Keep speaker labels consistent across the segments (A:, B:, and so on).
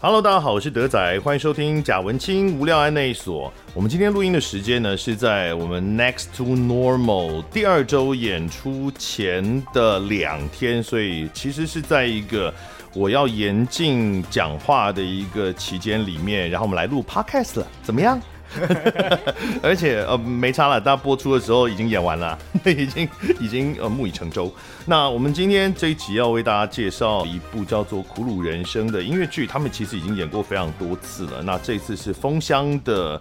A: Hello，大家好，我是德仔，欢迎收听贾文清无聊案内所。我们今天录音的时间呢，是在我们 Next to Normal 第二周演出前的两天，所以其实是在一个我要严禁讲话的一个期间里面，然后我们来录 Podcast 了，怎么样？而且呃没差了，大家播出的时候已经演完了， 已经已经呃木已成舟。那我们今天这一集要为大家介绍一部叫做《苦鲁人生》的音乐剧，他们其实已经演过非常多次了。那这次是封箱的。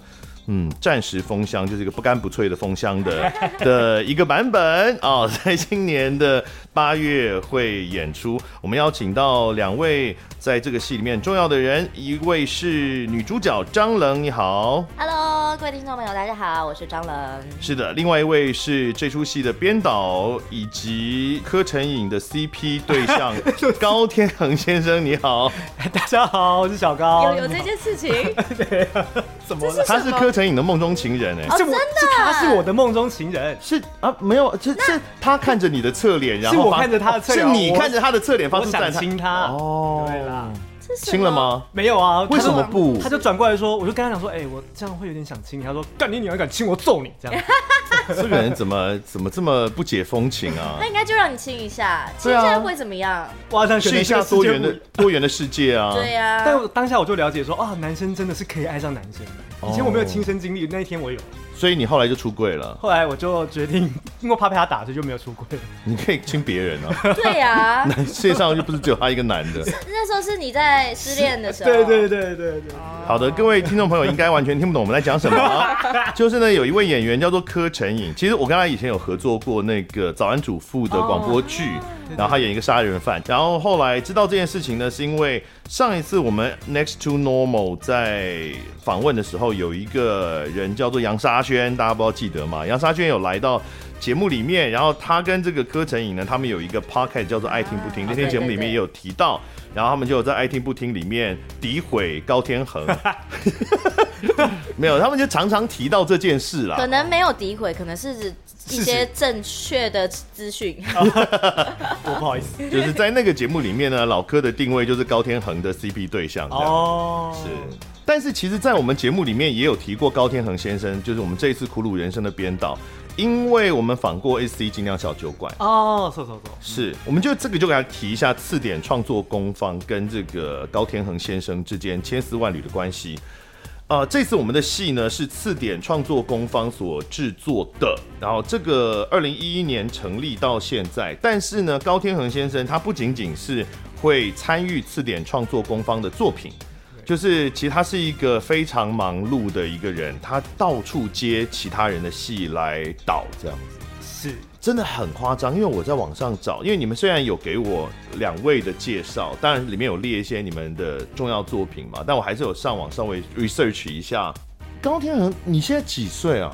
A: 嗯，暂时封箱就是一个不干不脆的封箱的的一个版本啊、哦 在今年的八月会演出。我们邀请到两位在这个戏里面重要的人，一位是女主角张棱，你好，
B: Hello，各位听众朋友，大家好，我是张伦。
A: 是的，另外一位是这出戏的编导以及柯晨颖的 CP 对 象
C: 哎
A: 高天恒先生，你好，
C: 大家好，我是小高。
B: 有有这件事情，
C: 怎么啊
B: 这是
C: 了？
A: 他是柯晨颖的梦中情人哎、
B: 哦
C: 是我
B: 真的
C: 是他是我的梦中情人。
A: 是啊，没有，这是他看着你的侧脸，然后
C: 我
A: 发哦
C: 看着他的侧脸
A: 是你
C: 我
A: 看着他的侧脸发
C: 我
A: 出
C: 想
A: 赞叹
C: 亲他，
A: 哦，
C: 对啦，
B: 这是什么
A: 亲了？吗？
C: 没有啊，
A: 为什么不
C: 他就？他就转过来说，我就跟他讲说，哎、我这样会有点想亲你。他说，干你女儿敢亲我揍你！ 这样，
A: 这个人怎么怎么这么不解风情啊
B: 那？应该就让你亲一下，亲
A: 对
B: 一
A: 啊
B: 下会怎么样？
C: 哇，这样
A: 试一下多元的。多元的世界啊！
B: 对 呀、
C: 但我当下我就了解说，啊，男生真的是可以爱上男生的。以前我没有亲身经历，那一天我
A: 哦
C: 有。
A: 所以你后来就出柜了，
C: 后来我就决定，因为怕被他打，所以就没有出 轨。
A: 你可以亲别人 啊！
B: 对呀、
A: 世界上又不是只有他一个男的。
B: 那时候是你在失恋的时 候，
C: 对对对对对。
A: 好的，各位听众朋友应该完全听不懂我们在讲什么 啊。就是呢，有一位演员叫做柯晨颖，其实我跟他以前有合作过那个《早安主妇》的广播剧，然后他演一个杀人犯。然后后来知道这件事情呢，是因为上一次我们 Next to Normal 在访问的时候，有一个人叫做杨沙宣，大家不知道记得吗？杨沙宣有来到。节目里面，然后他跟这个柯晨颖呢，他们有一个 podcast 叫做《爱听不听》，那天节目里面也有提到，然后他们就有在《爱听不听》里面诋毁高天恒，没有，他们就常常提到这件事啦。
B: 可能没有诋毁，可能是指一些正确的资讯。
A: 啊
C: 我哦不好意思。
A: 就是在那个节目里面呢，老柯的定位就是高天恒的 CP 对象这样。
C: 哦，
A: 是，但是其实，在我们节目里面也有提过高天恒先生，就是我们这一次《苦鲁人生》的编导，因为我们访过 AC 精酿小酒馆。
C: 哦，走走走。
A: 是，我们就这个就给他提一下次点创作工坊跟这个高天恒先生之间千丝万缕的关系。呃，这次我们的戏呢是次点创作工坊所制作的，然后这个二零一一年成立到现在，但是呢，高天恒先生他不仅仅是会参与次点创作工坊的作品，就是其实他是一个非常忙碌的一个人，他到处接其他人的戏来导这样子。
C: 是
A: 真的很夸张，因为我在网上找，因为你们虽然有给我两位的介绍，当然里面有列一些你们的重要作品嘛，但我还是有上网稍微 research 一下。高天恒，你现在几岁啊？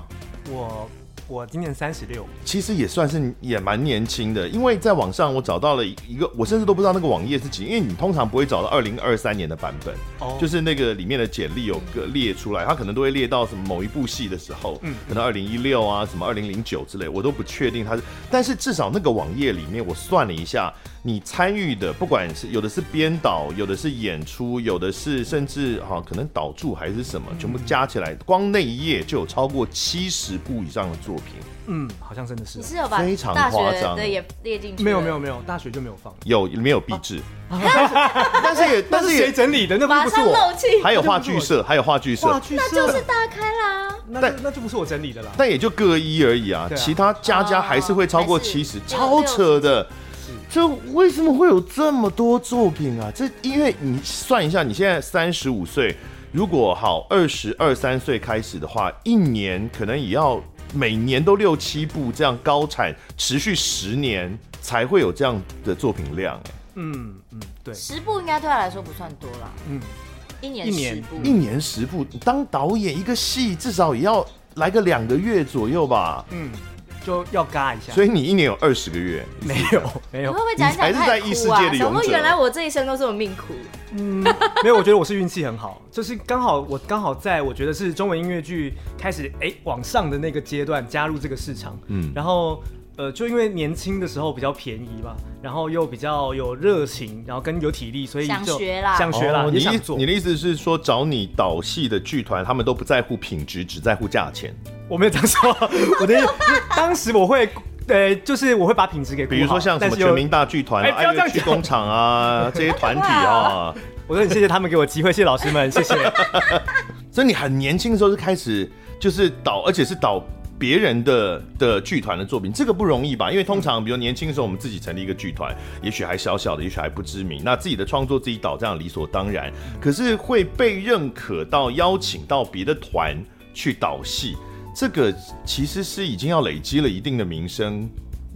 C: 我，我今年三十六。
A: 其实也算是也蛮年轻的，因为在网上我找到了一个，我甚至都不知道那个网页是几，因为你通常不会找到二零二三年的版本，
C: 哦
A: 就是那个里面的简历有个列出来，它可能都会列到什么某一部戏的时候，可能二零一六啊，什么二零零九之类，我都不确定它是，但是至少那个网页里面我算了一下，你参与的不管是有的是编导，有的是演出，有的是甚至哈、可能导助还是什么，全部加起来，光那一页就有超过七十部以上的作品。
C: 嗯，好像真的是
B: 你。是有把
A: 非常
B: 大
A: 夸
B: 学
A: 张
B: 的也列进去？
C: 没有没有，没有，大学就没有放。
A: 有里面有壁纸，但 是也但
C: 但
A: 是
C: 是谁
A: 也
C: 整理的？哦那
B: 马
C: 不是
B: 上
C: 我。
B: 漏气，
A: 还有话剧社，还有话剧社
C: 话，剧
B: 那
C: 社，
B: 就是大开啦。
C: 那
A: 但
C: 就那就不是我整理的啦。
A: 但也就各一而已啊，
C: 对啊
A: 其他加加还是会超过
B: 哦还是
A: 七十，
B: 六
A: 超扯的。这为什么会有这么多作品啊？这因为你算一下，你现在三十五岁，如果好二十二三岁开始的话，一年可能也要每年都六七部这样高产，持续十年才会有这样的作品量、哎
C: 嗯嗯，对，
B: 十部应该对他来说不算多啦，
C: 嗯，
B: 一年
C: 一
B: 十
C: 年
B: 部。
A: 一年十部，你当导演一个戏至少也要来个两个月左右吧。
C: 嗯，就要嘎一下。
A: 所以你一年有二十个月，
C: 啊没有
B: 你
C: 没
B: 会
C: 有
B: 不，会讲一讲
A: 你还是在
B: 太
A: 异世
B: 哭
A: 界
B: 啊？
A: 的
B: 想
A: 勇
B: 说
A: 者
B: 原来我这一生都这么命苦，
C: 嗯，没有。我觉得我是运气很好，就是刚好我刚好在我觉得是中文音乐剧开始哎、往上的那个阶段加入这个市场，
A: 嗯
C: 嗯，然后。呃，就因为年轻的时候比较便宜吧，然后又比较有热情，然后跟有体力，所以就
B: 想学啦
C: 想学啦，
A: 哦
C: 也
A: 你
C: 想
A: 意
C: 做
A: 你。的意思是说，找你导戏的剧团，他们都不在乎品质，只在乎价钱。
C: 我没有这 样说，我的意思就是当时我会，呃，就是我会把品质给顾好，
A: 比如说像什
C: 但
A: 么
C: 是又
A: 全民大剧团、
C: 哎
A: 啊、
C: 不要
A: 爱
C: 这样
A: 乐
C: 讲
A: 剧工厂啊这些团体 啊，
C: 我说很谢谢他们给我机会，谢谢老师们，谢谢。
A: 所以你很年轻的时候就开始就是导，而且是导别人的的剧团的作品，这个不容易吧？因为通常比如年轻的时候我们自己成立一个剧团，也许还小小的，也许还不知名，那自己的创作自己导这样理所当然，可是会被认可到邀请到别的团去导戏，这个其实是已经要累积了一定的名声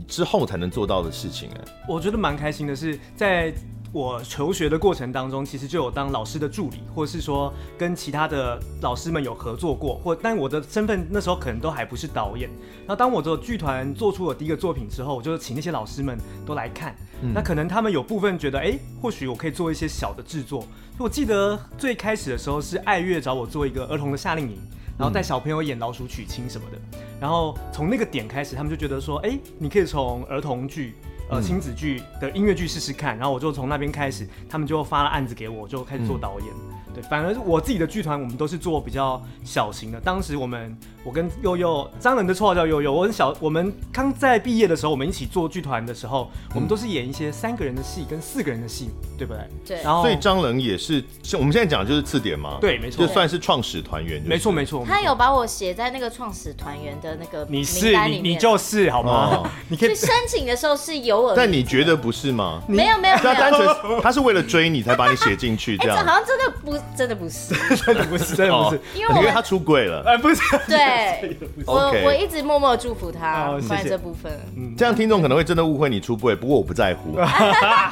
A: 之后才能做到的事情哎、
C: 我觉得蛮开心的是，在我求学的过程当中，其实就有当老师的助理，或是说跟其他的老师们有合作过，或但我的身份那时候可能都还不是导演。那当我的剧团做出我第一个作品之后，我就请那些老师们都来看。那可能他们有部分觉得，哎、或许我可以做一些小的制作。我记得最开始的时候是爱乐找我做一个儿童的夏令营。然后带小朋友演老鼠娶亲什么的，然后从那个点开始，他们就觉得说，哎，你可以从儿童剧、
A: 嗯
C: 呃亲子剧的音乐剧试试看。然后我就从那边开始，他们就发了案子给我，我就开始做导演。对，反而是我自己的剧团，我们都是做比较小型的。当时我们，我跟悠悠，张人的绰号叫悠悠，我很小，我们刚在毕业的时候，我们一起做剧团的时候，我们都是演一些三个人的戏跟四个人的戏，对不对？
B: 对
C: 然后
A: 所以张棱也是，像我们现在讲的就是字典嘛，
C: 哦对没错
A: 就算是创始团员，就是
C: 没错没错，
B: 他有把我写在那个创始团员的那个
C: 你
B: 名
C: 是
B: 单
C: 你
B: 里面。
C: 你就是好吗？
A: 哦
C: 你可以
B: 去申请的时候是有耳，
A: 但你觉得不是吗？
B: 没 有没有没
A: 他
B: 有，
A: 单
B: 哎，
A: 纯是他是为了追你才把你写进去这
B: 这
A: 样哦
B: 好，像真的不真的不 是，
C: 真的不是，真的不是，
B: 因为我
A: 因为
B: 们
A: 他出轨了。
C: 呃，不是，
B: 对，我
A: OK
B: 我一直默默祝福他
C: 哦，谢谢
B: 关于这部分。
A: 这样听众可能会真的误会你出轨，不过我不在乎。啊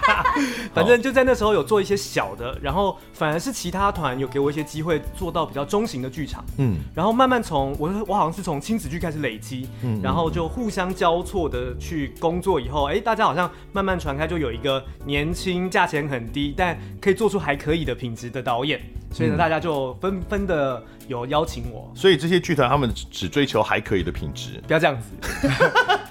C: 反正就在那时候有做一些小的，然后反而是其他团有给我一些机会做到比较中型的剧场，
A: 嗯，
C: 然后慢慢从我我好像是从亲子剧开始累积，然后就互相交错的去工作以后，哎，大家好像慢慢传开，就有一个年轻、价钱很低，但可以做出还可以的品质的导演，所以呢，大家就纷纷的有邀请我。
A: 所以这些剧团他们只追求还可以的品质。
C: 不要这样子，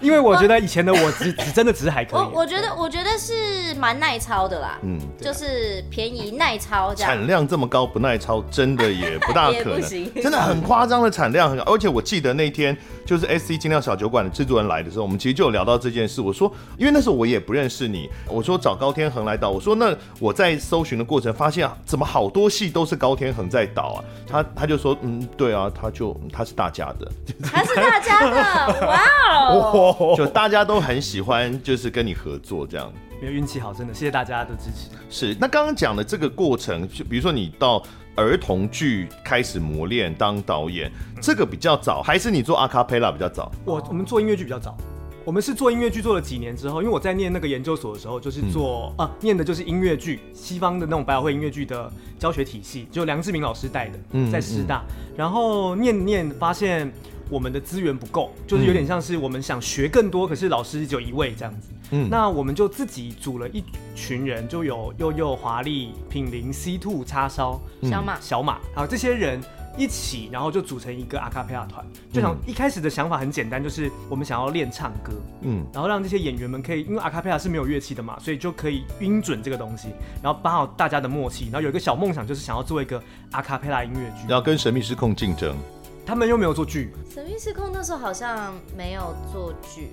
C: 因为我觉得以前的我只只真的只是还可以啊
B: 我，我觉得我觉得是蛮耐操的啦，
A: 嗯，
B: 就是便宜耐操这样。
A: 产量这么高，不耐操真的也不大
B: 也
A: 可
B: 不
A: 能
B: 行，
A: 真的很夸张的产量很高。而且我记得那天就是 S C 精酿小酒馆的制作人来的时候，我们其实就有聊到这件事。我说，因为那时候我也不认识你，我说找高天恒来导，我说那我在搜寻的过程发现、啊、怎么好多戏都是高天恒在导啊？他他就说，嗯，对啊，他就嗯他是大家的，
B: 他是大家 的，哇哦！
A: 就大家都很喜欢，就是跟你合作这样。
C: 没有运气好，真的谢谢大家的支持。
A: 是，那刚刚讲的这个过程，就比如说你到儿童剧开始磨练当导演，
B: 嗯
A: 这个比较早，还是你做阿卡贝拉比较早？
C: 我我们做音乐剧比较早，我们是做音乐剧做了几年之后，因为我在念那个研究所的时候，就是做、
A: 嗯
C: 啊念的就是音乐剧，西方的那种百老汇音乐剧的教学体系，就梁志明老师带
A: 嗯
C: 的，在师大，然后念念发现。我们的资源不够，就是有点像是我们想学更多，可是老师只有一位这样子。
A: 嗯
C: 那我们就自己组了一群人，就有佑佑、华丽、品林、C Two、叉烧，
B: 小马，
C: 小马，好，这些人一起，然后就组成一个阿卡贝拉团。就想、一开始的想法很简单，就是我们想要练唱歌，
A: 嗯，
C: 然后让这些演员们可以，因为阿卡贝拉是没有乐器的嘛，所以就可以音准这个东西，然后把好大家的默契。然后有一个小梦想，就是想要做一个阿卡贝拉音乐剧。
A: 要跟神秘失控竞争，
C: 他们又没有做剧，
B: 神秘失控那时候好像没有做剧，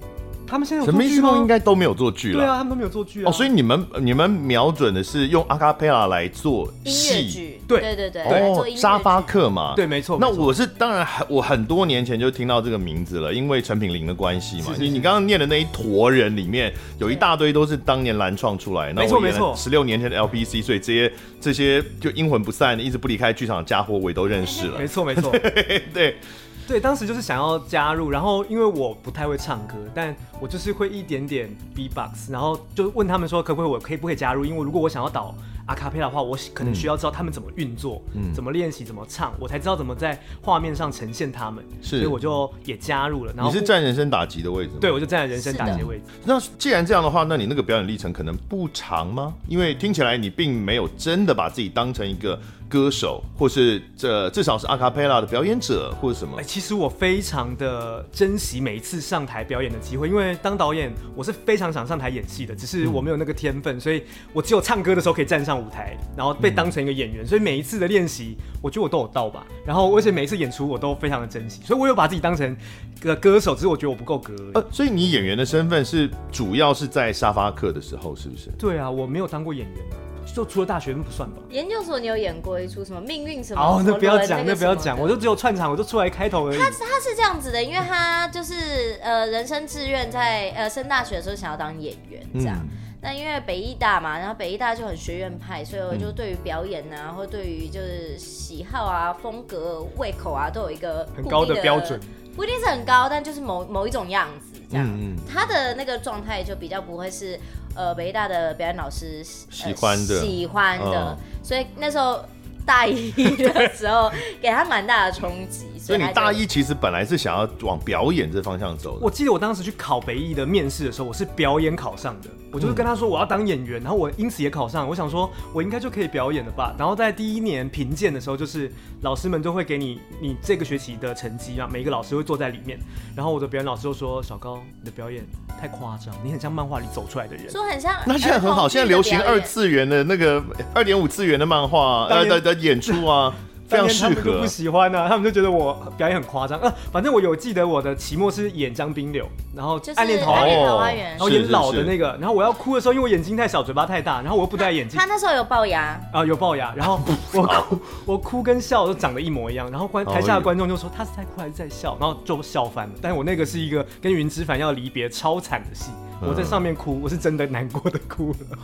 C: 他们现在有
A: 神
C: 做
A: 秘
C: 剧
A: 失控应
C: 吗？
A: 该都没有做剧
C: 对
A: 了。
C: 啊，他们都没有做剧啊。
A: 哦，所以你们你们瞄准的是用阿卡贝拉来做
B: 音乐
A: 戏，
B: 剧，
C: 对
B: 对对对，来做
A: 哦
B: 音乐，剧
A: 沙发客嘛，
C: 对，。没错。
A: 那
C: 没错
A: 我是当然很，我很多年前就听到这个名字了，因为陈品玲的关系嘛。
C: 是是
A: 你
C: 是
A: 你刚刚念的那一坨人里面，有一大堆都是当年蓝创出来，
C: 没错没错
A: 十六年前的 LPC，所以这些这些就阴魂不散、一直不离开剧场的家伙，我也都认识了
C: 没。错没错。
A: 对，
C: 对，当时就是想要加入，然后因为我不太会唱歌，但我就是会一点点 B-box，然后就问他们说可不可以，我可以不可以加入？因为如果我想要导阿卡贝拉的话，我可
A: 嗯
C: 能需要知道他们怎么运作，怎么练习，怎么唱，我才知道怎么在画面上呈现他们。
A: 是
C: 所以我就也加入了。然
A: 你
C: 后
A: 是占人生打击的位置吗？
C: 对，我就站在人生打
B: 是
C: 结
B: 的
C: 位置。
A: 那既然这样的话，那你那个表演历程可能不长吗？因为听起来你并没有真的把自己当成一个歌手，或是这至少是阿卡贝拉的表演者或者什么
C: 哎、。其实我非常的珍惜每一次上台表演的机会，因为当导演我是非常想上台演戏的，只是
B: 嗯
C: 我没有那个天分，所以我只有唱歌的时候可以站上舞台，然后被
B: 嗯
C: 当成一个演员，所以每一次的练习，我觉得我都有到吧。然后而且每一次演出我都非常的珍惜，所以我有把自己当成个歌手，只是我觉得我不够格而已。
A: 呃，所以你演员的身份是主要是在沙发课的时候，是不是？
C: 对啊，我没有当过演员，就除了大学不算吧。
B: 研究所你有演过一出什么命运什么？
C: 哦，那不要
B: 佛罗伦个
C: 讲，那不要
B: 什么
C: 讲，
B: 的
C: 我就只有串场，我就出来开头而已。
B: 他是这样子的，因为他就是呃，人生志愿在呃升大学的时候想要当演员
C: 嗯
B: 这样。那因为北医大嘛，然后北医大就很学院派，所以我就对于表演啊，或对于就是喜好啊、风格、胃口啊，都有一个
C: 很
B: 固
C: 高
B: 定
C: 的标准，
B: 不一定是很高，但就是某某一种样子这样。
A: 嗯嗯
B: 他的那个状态就比较不会是呃北医大的表演老师呃
A: 喜欢的
B: 喜欢
A: 嗯
B: 的，所以那时候大一的时候给他蛮大的冲击，
A: 所以你
B: 他就
A: 大一其实本来是想要往表演这方向走的。
C: 我记得我当时去考北艺的面试的时候，我是表演考上的，我就是跟他说我要当演
A: 嗯
C: 员，然后我因此也考上，我想说我应该就可以表演了吧。然后在第一年评鉴的时候，就是老师们都会给你你这个学期的成绩啊，每一个老师会坐在里面，然后我的表演老师就说小高，你的表演太夸张，你很像漫画里走出来的人。
B: 说很像儿童
A: 那
B: 剧的表演，
A: 现在很好，现在流行二次元的那个二点五次元的漫画啊，
C: 当
A: 呃
C: 然
A: 的的演出 啊，非常适
C: 当年他们就
A: 合
C: 不。喜欢啊，他们就觉得我表演很夸张啊。反正我有记得我的期末是演张冰柳，然后
B: 就是
C: 暗恋桃
B: 暗
C: 花
B: 恋
C: 源，
B: 桃花源
C: 然后演老的
A: 哦是是
C: 那个，然后我要哭的时候，因为我眼睛太小，嘴巴太大，然后我又不戴眼镜
B: 他。那时候有龅牙，
C: 啊，有龅牙，然后我哭，我哭跟笑都长得一模一样，然后观
A: 哦
C: 台下的观众就说他是在哭还是在笑，然后就笑翻了。但是我那个是一个跟云之凡要离别超惨的戏，我在上面哭，我是真的难过的哭了。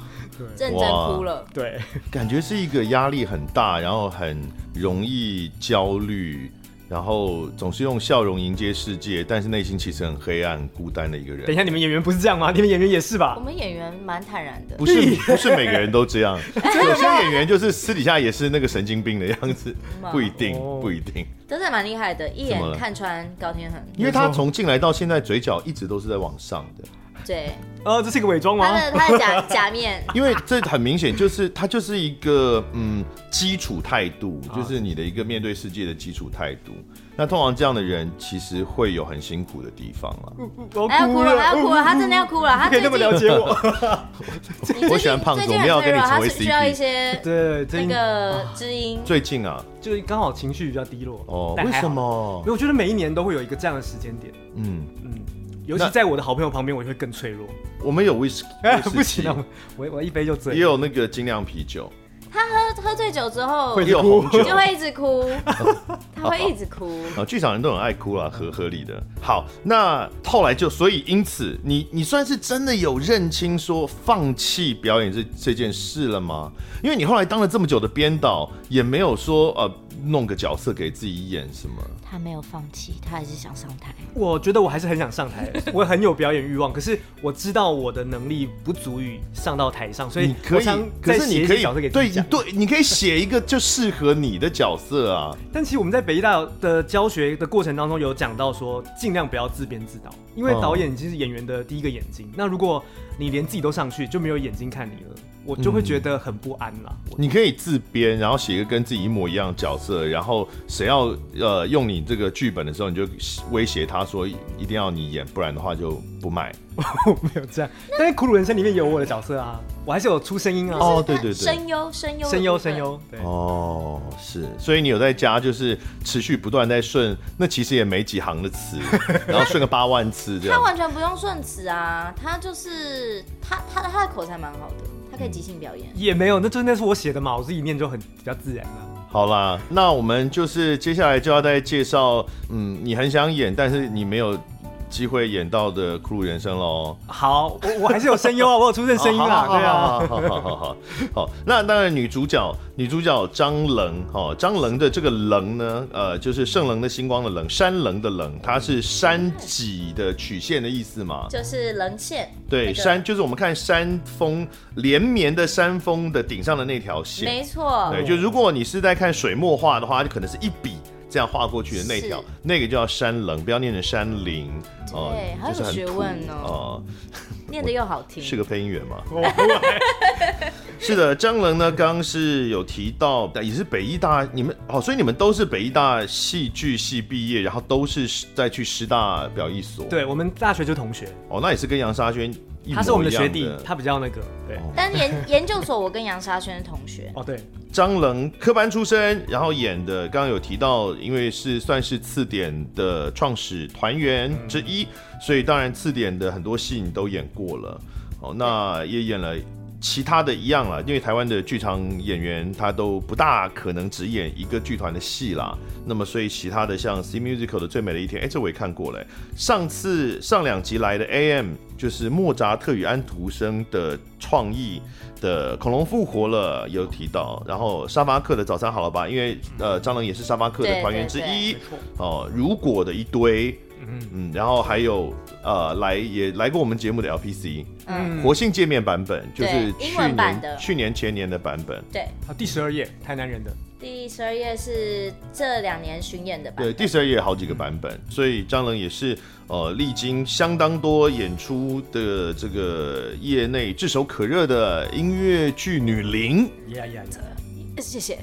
B: 认真哭了。
C: 对，
A: 感觉是一个压力很大，然后很容易焦虑，然后总是用笑容迎接世界，但是内心其实很黑暗、孤单的一个
C: 等一
A: 人。
C: 下你们演员不是这样吗？你们演员也是
B: 我
C: 吧？
B: 们演员蛮坦然的，
A: 不是不是每个人都这样，有些演员就是私底下也是那个神经病的样子，不一定
C: 哦
A: 不一定，
B: 真的蛮厉害的，一
A: 怎么了
B: 眼看穿高天恒。
A: 因为他从进来到现在嘴角一直都是在往上的，
B: 对，
C: 呃，这是一个伪装
B: 他
C: 吗？
B: 的他的假假面，
A: 因为这很明显就是他就是一个嗯基础态度，就是你的一个面对世界的基础态度。那通常这样的人其实会有很辛苦的地方啊。
C: 我
B: 哎要哭了，他要哭了，他真的要
C: 哭
B: 哭了，
C: 了，
B: 他
C: 不 可
B: 最
C: 以
B: 近
C: 那么了解我。
B: 你最近
A: 我喜欢胖子
B: 最近
A: 我没有
B: 很脆弱
A: 跟你成
B: 他
A: 为
B: 是需要
A: CP
B: 一些
C: 对，
B: 那
C: 最近
B: 个知音。
A: 最近啊，
C: 就是刚好情绪比较低落。
A: 哦，
C: 但
A: 为
C: 还好
A: 什？么
C: 因为？我觉得每一年都会有一个这样的时间点，
A: 嗯，
C: 嗯，尤
A: 那
C: 其在我的好朋友旁边，我就会更脆弱。
A: 我们有威 士
C: 哎，
A: 威
C: 不
A: 士忌
C: 行啊，我我一杯就醉。
A: 也有那个精酿啤酒，
B: 喝喝醉酒之后
C: 会
A: 也有
C: 哭
A: 红酒
B: 就。会一直哭，他会一直哭。
A: 啊，剧场人都很爱哭啦，合合理的。好，那后来就，所以因此，你你算是真的有认清说放弃表演这这件事了吗？因为你后来当了这么久的编导，也没有说呃弄个角色给自己演什么。
B: 他没有放弃，他还是想上台。
C: 我觉得我还是很想 上台，我很有表演欲望，可是我知道我的能力不足以上到台上，所以
A: 你可
C: 我
A: 以
C: 常，
A: 可
C: 在
A: 是
C: 写
A: 你
C: 一
A: 可
C: 些
A: 以
C: 角色给自
A: 对
C: 己讲。
A: 对，你可以写一个就适合你的角色啊。
C: 但其实我们在北艺大的教学的过程当中，有讲到说尽量不要自编自导，因为
A: 哦
C: 导演其实演员的第一个眼睛。那如果你连自己都上去，就没有眼睛看你了，我就会觉得很不安 啦。我
A: 你可以自编，然后写一个跟自己一模一样的角色，然后谁要呃用你这个剧本的时候，你就威胁他说一定要你演，不然的话就不卖。
C: 我没有这样， 但是《苦鲁人生》里面有我的角色啊，我还是有出声音啊，
A: 哦，对对对，
B: 声优，声优，
C: 声优声。优，对。
A: 哦，是，所以你有在家就是持续不断在顺，那其实也没几行的 词，然后顺个八万次这
B: 他
A: 样。
B: 完全不用顺词啊，他就是他他的他的口才蛮好的，他可以即兴表演。
C: 也没有，那就那是我写的嘛，我自己念就很比较自然啊了。
A: 好啦，那我们就是接下来就要再介绍，嗯，你很想演，但是你没有机会演到的《酷鲁人生》喽。
C: 好，我我还是有声优啊，我有出现声音
A: 哦好
C: 啊，
A: 好
C: 对啊，
A: 好好好好好好好。那当然，女主角女主角张棱哈，张棱的这个棱呢，呃，就是圣棱的星光的棱，山棱的棱，它是山脊的曲线的意思嘛？
B: 就是棱线，
A: 对，
B: 那个
A: 山就是我们看山峰连绵的山峰的顶上的那条线。
B: 没错，
A: 对，就如果你是在看水墨画的话，就可能是一笔这样画过去的那条
B: 是，
A: 那个叫山棱，不要念成山林。哦
B: 对哎好有
A: 就是很
B: 学
A: 土
B: 问哦
A: 哦
B: 念的又好听，
A: 是个配音员吗？是的，张棱呢，刚刚是有提到，也是北医大，你们哦，所以你们都是北医大戏剧系毕业，然后都是再去师大表艺所，，
C: 对我们大学就同学，
A: 哦，那也是跟杨沙宣一模一样
C: 他是我们的学弟，他比较那个，对，
A: 哦
B: 但研 研究所我跟杨沙轩是同学，
C: 哦对，
A: 张棱科班出身，然后演的刚刚有提到，因为是算是次点的创始团员之一，所以当然次点的很多戏你都演过了。哦，那也演了其他的一样啦，因为台湾的剧场演员他都不大可能只演一个剧团的戏啦。那么所以其他的像 C Musical 的《最美的一天》，哎，这我也看过嘞。上次上两集来的 AM 就是莫扎特与安徒生的创意的恐龙复活了，有提到。然后沙发客的早餐好了吧，因为呃张伦也是沙发客的团员之一
C: 没错，
A: 哦，如果的一堆，
C: 嗯
A: 嗯，然后还有呃来也来过我们节目的 LPC
B: 嗯，
A: 活性界面版本，就
B: 对
A: 是
B: 英
A: 去
B: 文版
A: 年
B: 的
A: 去年前年的版本。
B: 对，
C: 好，第十二页，台南人的，
B: 第十二页是这两年巡演的吧？
A: 对，第十二页有好几个版本，
B: 嗯
A: 所以张伦也是呃历经相当多演出的这个业内炙手可热的音乐剧女伶。
C: 呀呀呀，
B: 谢谢。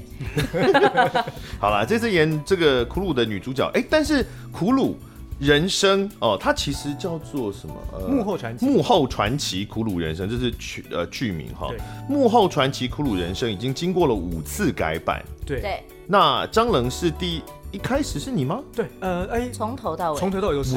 A: 好啦，这次演这个苦鲁的女主角，哎、但是苦鲁人生哦、它其实叫做什么？呃
C: 幕后传奇
A: 幕后传奇苦鲁人生，这是剧呃剧名哈
C: 对。
A: 幕后传奇苦鲁人生已经经过了五次改版，
C: 对
B: 对，
A: 那张棱是第一开始是你吗？
C: 对，呃，哎，
B: 从头到尾，
C: 从头到尾都是，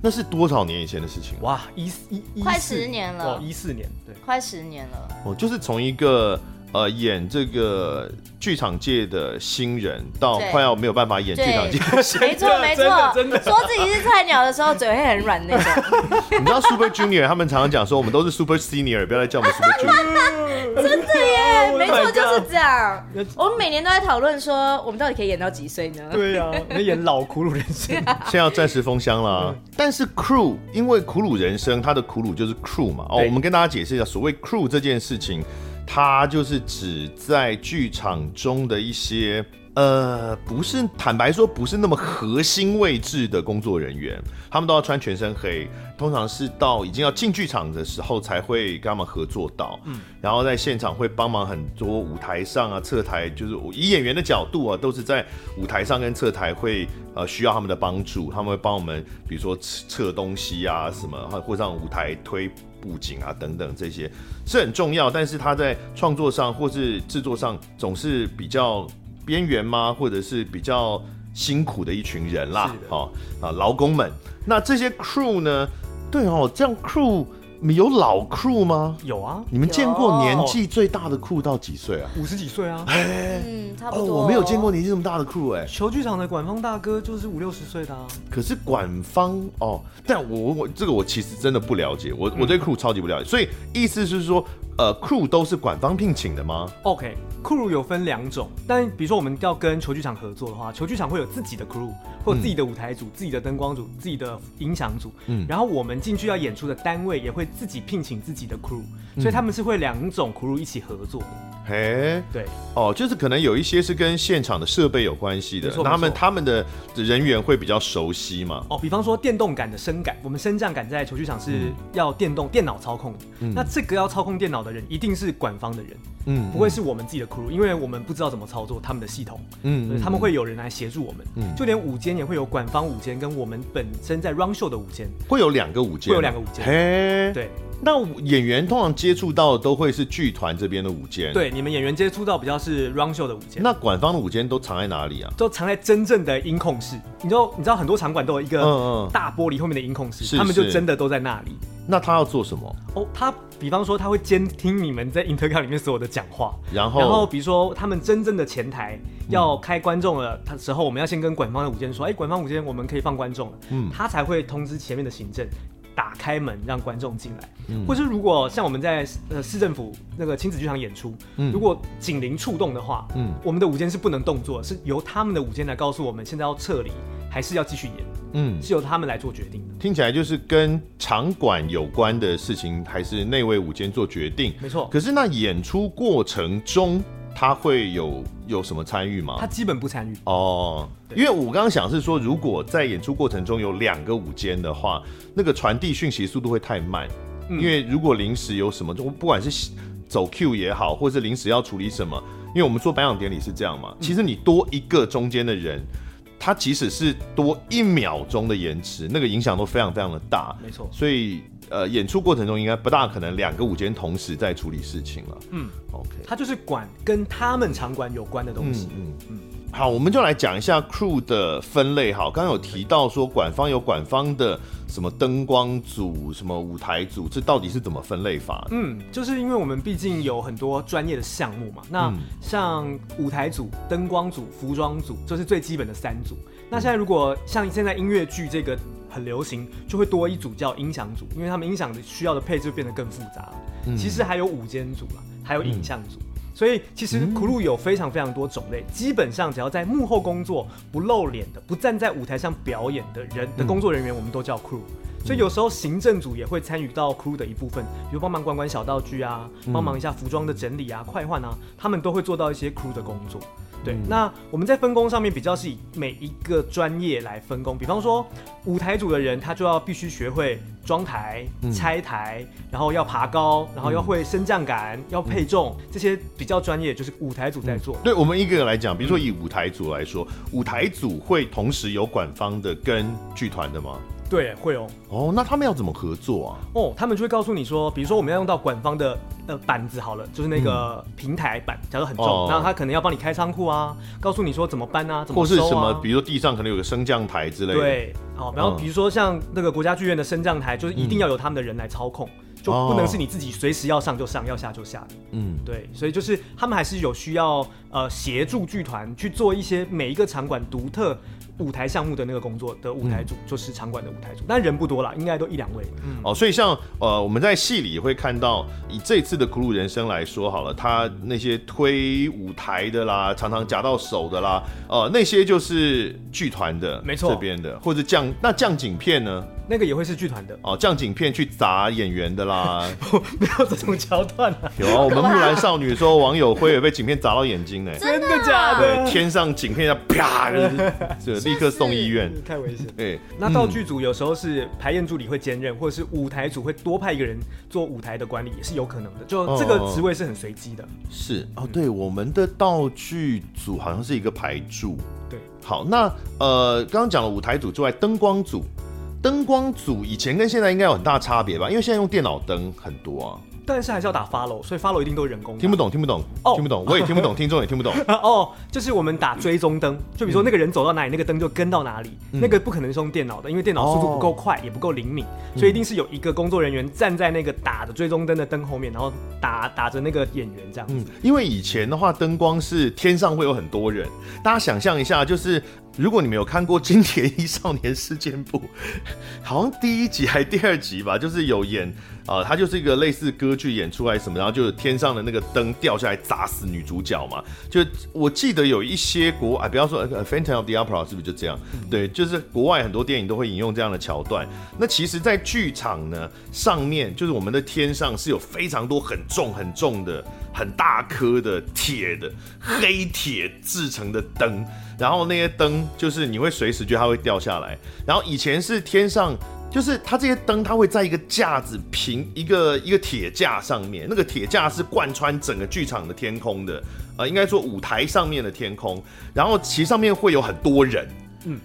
A: 那是多少年以前的事情？
C: 哇，一四一一
B: 快
C: 四
B: 十年了
C: 哦，一四年， 对，
B: 快十年了，
A: 哦，就是从一个呃演这个剧场界的新人，到
B: 对
A: 快要没有办法演剧场界的新人。
B: 没错没错
C: 真的真的，
B: 说自己是菜鸟的时候，嘴会很软那种，
A: 你知道 Super Junior 他们常常讲说，我们都是 Super Senior，不要来叫我们 Super Junior。
B: 真的耶，没错就是这样
C: 那。
B: 我们每年都在讨论说，我们到底可以演到几岁呢？
C: 对呀，我们演老苦鲁人 生，
A: 现在要暂时封箱啦。但是 crew 因为苦鲁人生，它的苦鲁就是 crew 嘛。哦，
C: 对
A: 我们跟大家解释一下，所谓 crew 这件事情，它就是指在剧场中的一些。呃，不是，坦白说，不是那么核心位置的工作人员，他们都要穿全身黑，通常是到已经要进剧场的时候才会跟他们合作到。嗯，然后在现场会帮忙很多舞台上啊、侧台，就是我以演员的角度啊，都是在舞台上跟侧台会呃需要他们的帮助，他们会帮我们，比如说撤撤东西啊什么，或者让舞台推布景啊等等这些是很重要，但是他在创作上或是制作上总是比较边缘吗？或者是比较辛苦的一群人啦
C: 是，的
A: 哦啊劳工们。那这些 crew 呢？对哦，这样 crew 有老 crew 吗？
C: 有啊，
A: 你们
B: 有
A: 见过年纪最大的 crew 到几岁啊？
C: 五十几岁啊，
B: 嗯，差不
A: 哦，
B: 多。
A: 我没有见过年纪这么大的 crew 哎、
C: 球剧场的管方大哥就是五六十岁的啊，
A: 可是管方哦，但我我这个我其实真的不了解，我我对
C: 嗯
A: crew 超级不了解，所以意思是说，呃，crew 都是管方聘请的吗？
C: OK，酷鲁有分两种，但比如说我们要跟球剧场合作的话，球剧场会有自己的 crew，或自己的舞台组、自己的灯光组、自己的音响组，
A: 嗯
C: 然后我们进去要演出的单位也会自己聘请自己的 crew，所以他们是会两种 crew 一起合作的。
A: 嘿，
C: 对，
A: 哦，就是可能有一些是跟现场的设备有关系的
C: 没，错
A: 那他们
C: 没错
A: 他们的人员会比较熟悉嘛。
C: 哦，比方说电动感的升感，我们升降感在球剧场是要电动电脑操控的，那这个要操控电脑的人一定是管方的人，
A: 嗯
C: 不会是我们自己的 crew，因为我们不知道怎么操作他们的系统，
A: 嗯
C: 对，他们会有人来协助我们，
A: 嗯
C: 就连舞间也会有管方舞间跟我们本身在 run show 的舞间，
A: 会有两个舞间，
C: 会有两个舞间
A: 嘿，。
C: 对
A: 那演员通常接触到的都会是剧团这边的舞间，。
C: 对，你们演员接触到比较是 run show 的舞间，
A: 那管方的舞间都藏在哪里啊？
C: 都藏在真正的音控室，你知道你知道很多场馆都有一
A: 嗯
C: 个
A: 嗯，
C: 大玻璃后面的音控室，
A: 是
C: 他们就是真的都在那里，
A: 那他要做什么？
C: 哦，他比方说他会监听你们在 intercom 里面所有的讲话，
A: 然后
C: 然后比如说他们真正的前台要开观众了，他时候我们要先跟管方的午间说，哎，管方午间我们可以放观众了，
A: 嗯
C: 他才会通知前面的行政。打开门让观众进来，
A: 嗯
C: 或是如果像我们在呃市政府那个亲子剧场演出，
A: 嗯
C: 如果警铃触动的话，
A: 嗯
C: 我们的午间是不能动作的，是由他们的午间来告诉我们现在要撤离还是要继续演，
A: 嗯，
C: 是由他们来做决定的。
A: 听起来就是跟场馆有关的事情，还是内卫午间做决定。
C: 没错，
A: 可是那演出过程中，他会有有什么参与吗
C: 他？基本不参与。
A: 哦，
C: 对
A: 因为我刚刚想是说，如果在演出过程中有两个午间的话，那个传递讯息速度会太慢，
C: 嗯
A: 因为如果临时有什么，就不管是走 Q 也好，或是临时要处理什么，因为我们做颁奖典礼是这样嘛，
C: 嗯
A: 其实你多一个中间的人。他即使是多一秒钟的延迟，那个影响都非常非常的大。
C: 没错
A: 所以呃，演出过程中应该不大可能两个午间同时在处理事情了。
C: 嗯
A: ，OK。
C: 他就是管跟他们场馆有关的东西。
A: 嗯嗯
C: 嗯
A: 好，我们就来讲一下 crew 的分类。好，刚刚有提到说，管方有管方的什么灯光组、什么舞台组，这到底是怎么分类法的？
C: 嗯就是因为我们毕竟有很多专业的项目嘛，那
A: 嗯
C: 像舞台组、灯光组、服装组，这是最基本的三组。那现在如果像现在音乐剧这个很流行，就会多一组叫音响组，因为他们音响的需要的配置变得更复杂了。其实还有舞间组啦，还有影像组。所以其实苦路有非常非常多种类，基本上只要在幕后工作不露脸的、不站在舞台上表演的人的工作人员，我们都叫 crew。所以有时候行政组也会参与到 crew 的一部分，比如帮忙管管小道具啊，帮忙一下服装的整理啊、快换啊，他们都会做到一些 crew 的工作。对，
A: 嗯
C: 那我们在分工上面比较是以每一个专业来分工，比方说舞台组的人，他就要必须学会装台、
A: 嗯
C: 拆台，然后要爬高，然后要会升降杆，要配重，
A: 嗯
C: 这些比较专业，就是舞台组在做。
A: 对我们一个个来讲，比如说以舞台组来说，舞台组会同时有管方的跟剧团的吗？
C: 对，会哦。
A: 哦，那他们要怎么合作啊？
C: 哦，他们就会告诉你说，比如说我们要用到管方的呃板子好了，就是那个平台板，假如很重，
A: 嗯哦
C: 那他可能要帮你开仓库啊，告诉你说怎么搬啊，怎么
A: 或是
C: 收啊，
A: 什么，比如说地上可能有个升降台之类的。，嗯
C: 对，好，然后比如说像那个国家剧院的升降台，就是一定要由他们的人来操控，
A: 哦
C: 就不能是你自己随时要上就上，要下就下的。
A: 嗯，
C: 对，所以就是他们还是有需要呃协助剧团去做一些每一个场馆独特舞台项目的那个工作的舞台组，
A: 嗯
C: 就是场馆的舞台组，但人不多啦，应该都一两位。嗯，
A: 哦，所以像呃，我们在戏里会看到，以这次的《苦鲁人生》来说好了，他那些推舞台的啦，常常夹到手的啦，呃，那些就是剧团的，
C: 没错
A: 这边的，或者降那降景片呢？
C: 那个也会是剧团的，
A: 哦，降景片去砸演员的啦，
C: 没有这种桥段啊，
A: 有啊，我们木兰少女说网友会有被景片砸到眼睛呢、
C: 真的啊假
A: 对，
C: 的？
A: 天上景片要 啪，就是就立刻送医院，
C: 太危险。
A: 哎、
C: 那道具组有时候是排演助理会兼任，或者是舞台组会多派一个人做舞台的管理，也是有可能的。就这
A: 哦
C: 个职位是很随机的。
A: 是哦，对，我们的道具组好像是一个排柱。
C: 对，
A: 好，那呃，刚刚讲了舞台组之外，灯光组，灯光组以前跟现在应该有很大差别吧？因为现在用电脑灯很多啊，
C: 但是还是要打 follow，所以 follow 一定都是人工的。
A: 听不懂，听不懂，
C: 哦
A: 听不懂，我也听不懂，听众也听不懂。
C: 哦，就是我们打追踪灯，就
A: 嗯
C: 比如说那个人走到哪里，那个灯就跟到哪里。那个不可能是用电脑的，因为电脑速度不
A: 哦
C: 够快，也不够灵敏，所以一定是有一个工作人员站在那个打的追踪灯的灯后面，然后打打着那个演员这样子。
A: 嗯，因为以前的话，灯光是天上会有很多人，大家想象一下，就是如果你们有看过《金田一少年事件簿》， 好像第一集还第二集吧，就是有演，呃，它就是一个类似歌剧演出来什么，然后就是天上的那个灯掉下来砸死女主角嘛。就我记得有一些国啊，不要说《呃 Phantom of the Opera》是不是就这样？对，就是国外很多电影都会引用这样的桥段。那其实，在剧场呢上面，就是我们的天上是有非常多很重很重的、很大颗的铁的黑铁制成的灯，然后那些灯就是你会随时觉得它会掉下来。然后以前是天上。就是它这些灯，它会在一个架子平一个一个铁架上面，那个铁架是贯穿整个剧场的天空的，呃，应该说舞台上面的天空，然后其实上面会有很多人，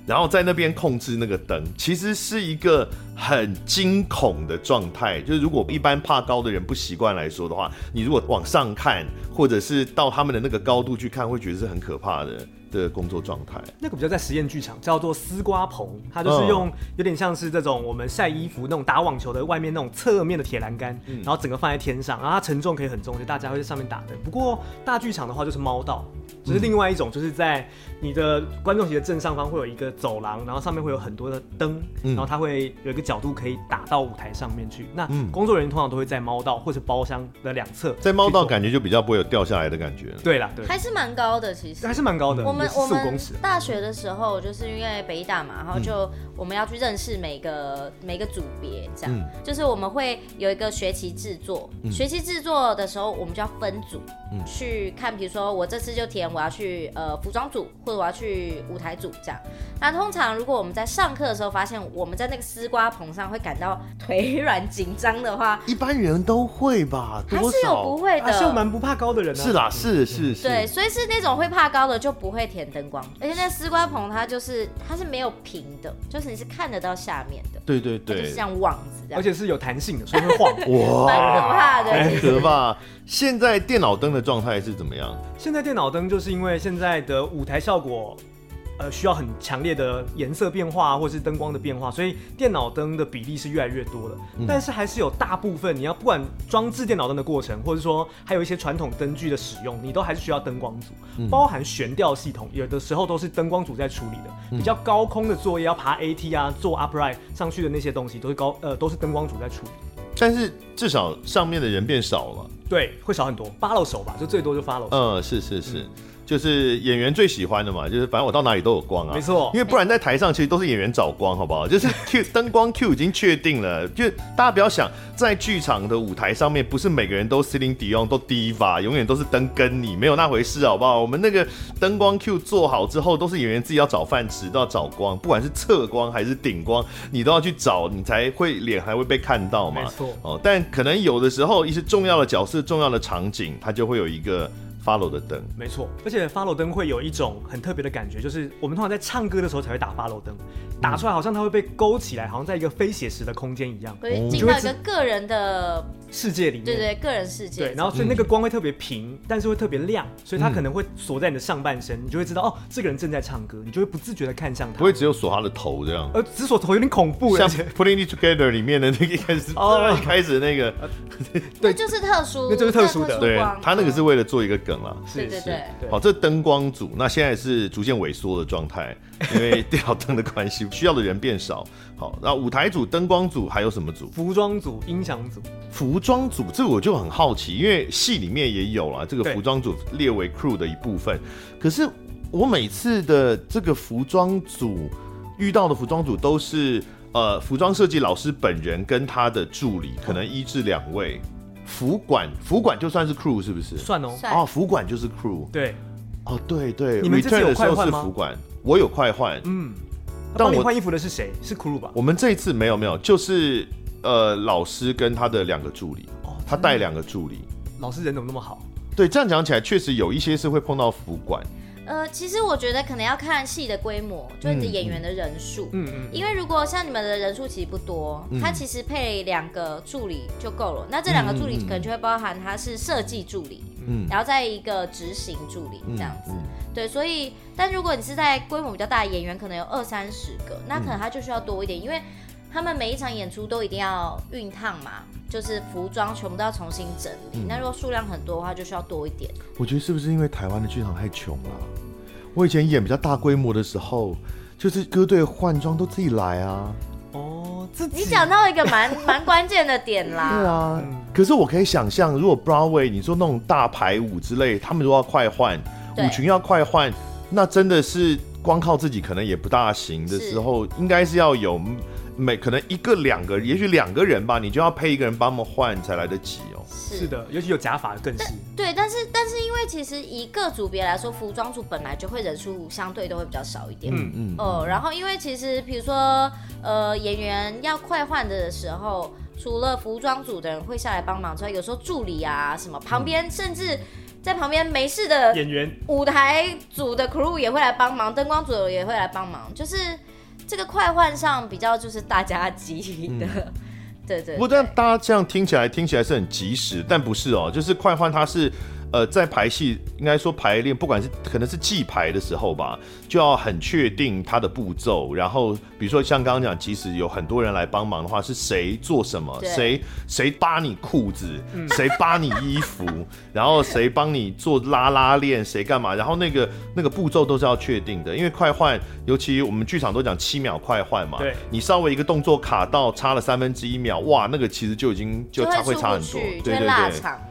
A: 然后在那边控制那个灯，其实是一个很惊恐的状态。就是如果一般怕高的人不习惯来说的话，你如果往上看，或者是到他们的那个高度去看，会觉得是很可怕的的工作状态？
C: 那个比较在实验剧场，叫做丝瓜棚，它就是
A: 嗯
C: 用有点像是这种我们晒衣服那种打网球的外面那种侧面的铁栏杆，
A: 嗯
C: 然后整个放在天上，然后它承重可以很重，就大家会在上面打的。不过大剧场的话就是猫道，就是另外一种，就是在你的观众席的正上方会有一个走廊，然后上面会有很多的灯，
A: 嗯
C: 然后它会有一个角度可以打到舞台上面去。那
A: 嗯
C: 工作人员通常都会在猫道或者包厢的两侧去做，
A: 在猫道感觉就比较不会有掉下来的感觉了。
C: 对啦，对，
B: 还是蛮高的，其实
C: 还。是蛮高的，
B: 我们
C: 也是
B: 我
C: 四五
B: 们
C: 公尺。
B: 大学的时候，就是因为北大嘛，然后就我们要去认识每个每个组别，这样、
A: 嗯
B: 就是我们会有一个学期制作。学期制作的时候，我们就要分组、去看，比如说我这次就填我要去呃服装组，或者我要去舞台组这样。那通常如果我们在上课的时候发现我们在那个丝瓜棚上会感到 腿软紧张的话，
A: 一般人都会吧，
B: 还
A: 多
B: 是有不
A: 少？
B: 会的。
C: 啊，秀蛮不怕高的人啊。
A: 是啦，是是是，
B: 对，所以是那种会怕高的就不会填灯光，而且那丝瓜棚它就是它是没有平的，就是你是看得到下面的，
A: 对对
B: 它就是
A: 对，
B: 像网子这样，
C: 而且哎哦是有弹性的，所以会晃。
A: 哇，
B: 蛮可怕的
A: 很
B: 其
A: 可怕。现在电脑灯的状态是怎么样？
C: 现在电脑灯就是因为现在的舞台效果，呃，需要很强烈的颜色变化或是灯光的变化，所以电脑灯的比例是越来越多了。但是还是有大部分你要不管装置电脑灯的过程，或者说还有一些传统灯具的使用，你都还是需要灯光组，包含悬吊系统，有的时候都是灯光组在处理的。比较高空的作业要爬 AT 啊，做 upright 上去的那些东西，都是高呃都是灯光组在处理。
A: 但是至少上面的人变少了。
C: 对，会少很多。follow 手吧，就最多就 follow 手。
A: 嗯，是是是，就是演员最喜欢的嘛，就是反正我到哪里都有光啊，
C: 没错
A: 因为不然在台上其实都是演员找光，好不 好？就是 Q 灯光 Q 已经确定了，就大家不要想在剧场的舞台上面，不是每个人都 Celine Dion 都 Diva，永远都是灯跟你，没有那回事，好不好？我们那个灯光 Q 做好之后，都是演员自己要找饭吃，都要找光，不管是侧光还是顶光，你都要去找，你才会脸还会被看到嘛。
C: 没错
A: 哦，但可能有的时候一些重要的角色、重要的场景，它就会有一个 follow 的灯。
C: 没错，而且 follow 灯会有一种很特别的感觉，就是我们通常在唱歌的时候才会打 follow 灯，
A: 嗯
C: 打出来好像它会被勾起来，好像在一个非写实的空间一样，
B: 会进到一个个人的，
C: 世界里面。
B: 对对，个人世界。
C: 嗯对然后
A: 嗯
C: 所以那个光会特别平，但是会特别亮，所以它可能会锁在你的上半身，你就会知道哦，这个人正在唱歌，你就会不自觉的看向他。
A: 不会，只有锁他的头这样，
C: 而紫锁头有点恐怖，
A: 像
C: 而
A: 《
C: 且
A: Putting It Together》里面的那个一开始，
C: 哦
A: 一开始那个，
B: 那就是特殊，
C: 那就是特殊的
B: 那
A: 对
B: 光嗯
A: 他那个 是，为了做一个梗啦。哦
B: 对对对。
C: 对
A: 好，这灯光组那现在是逐渐萎缩的状态，因为 电脑灯的关系，需要的人变少。好，那舞台组、灯光组还有什么组？
C: 服装组、音响组，
A: 服装组这个我就很好奇，因为戏里面也有啦，这个
C: 对
A: 服装组列为 crew 的一部分。可是我每次的这个服装组遇到的服装组都是呃，服装设计老师本人跟他的助理，可能一至两位。服管，服管就算是 crew 是不是？
C: 算哦。
B: 算
A: 哦，服管就是 crew。
C: 对，
A: 哦，对对
C: 你们这次
A: ，return
C: 有
A: 的时
C: 快
A: 候
C: 换
A: 是
C: 吗
A: 服管，我有快换。
C: 嗯，
A: 但
C: 帮你
A: 我
C: 换衣服的是谁？是 crew 吧？
A: 我们这一次没有没有，就是呃，老师跟他的两个助理，
C: 哦
A: 他带两个助理。
C: 老师人怎么那么好？
A: 对，这样讲起来，确实有一些是会碰到服管，
B: 呃，其实我觉得可能要看戏的规模，就是你的
A: 嗯
B: 演员的人数。
C: 嗯嗯。
B: 因为如果像你们的人数其实不多，
A: 嗯
B: 他其实配两个助理就够了。那这两个助理可能就会包含他是设计助理，
A: 嗯
B: 然后再一个执行助理
A: 嗯
B: 这样子。
A: 嗯
B: 对，所以但如果你是在规模比较大的演员，可能有二三十个，那
A: 嗯
B: 可能他就需要多一点，因为他们每一场演出都一定要熨烫嘛，就是服装全部都要重新整理。
A: 嗯
B: 那如果数量很多的话，就需要多一点。
A: 我觉得是不是因为台湾的剧场太穷了？啊我以前演比较大规模的时候，就是歌队换装都自己来啊。
C: 哦，自己
B: 你讲到一个蛮蛮关键的点 啦，
A: 对啊，可是我可以想象，如果 Broadway 你说那种大排舞之类，他们如果要快换，
B: 对
A: 舞群要快换，那真的是光靠自己可能也不大行的
B: 是
A: 时候，应该是要有每可能一个两个，也许两个人吧，你就要配一个人帮他们换才来得及哦。
B: 是
C: 是的，尤其有假发更是。
B: 对，但是但是因为其实一个组别来说，服装组本来就会人数相对都会比较少一点。
C: 嗯
A: 嗯，
B: 哦，然后因为其实比如说呃演员要快换的时候，除了服装组的人会下来帮忙之外，有时候助理啊什么旁
A: 嗯
B: 边、甚至在旁边没事的
C: 演员
B: 舞台组的 crew 也会来帮忙，灯光组也会来帮忙，就是这个快换上比较就是大家集体的，
A: 嗯
B: 对对
A: 不过但大家这样听起来听起来是很及时，但不是哦，就是快换它是。呃，在排戏应该说排练，不管是可能是记排的时候吧，就要很确定它的步骤。然后比如说像刚刚讲，即使有很多人来帮忙的话，是谁做什么，
B: 对
A: 谁谁扒你裤子，
B: 嗯
A: 谁扒你衣 服，然后谁帮你做拉拉链，谁干嘛，然后那个那个步骤都是要确定的，因为快换，尤其我们剧场都讲七秒快换嘛，
C: 对
A: 你稍微一个动作卡到差了三分之一秒，哇，那个其实就已经就差
B: 会出
A: 差
B: 不
A: 很多
B: 去，，就
A: 对嗯
B: 会
A: 对
B: 落
A: 对，
B: 场了，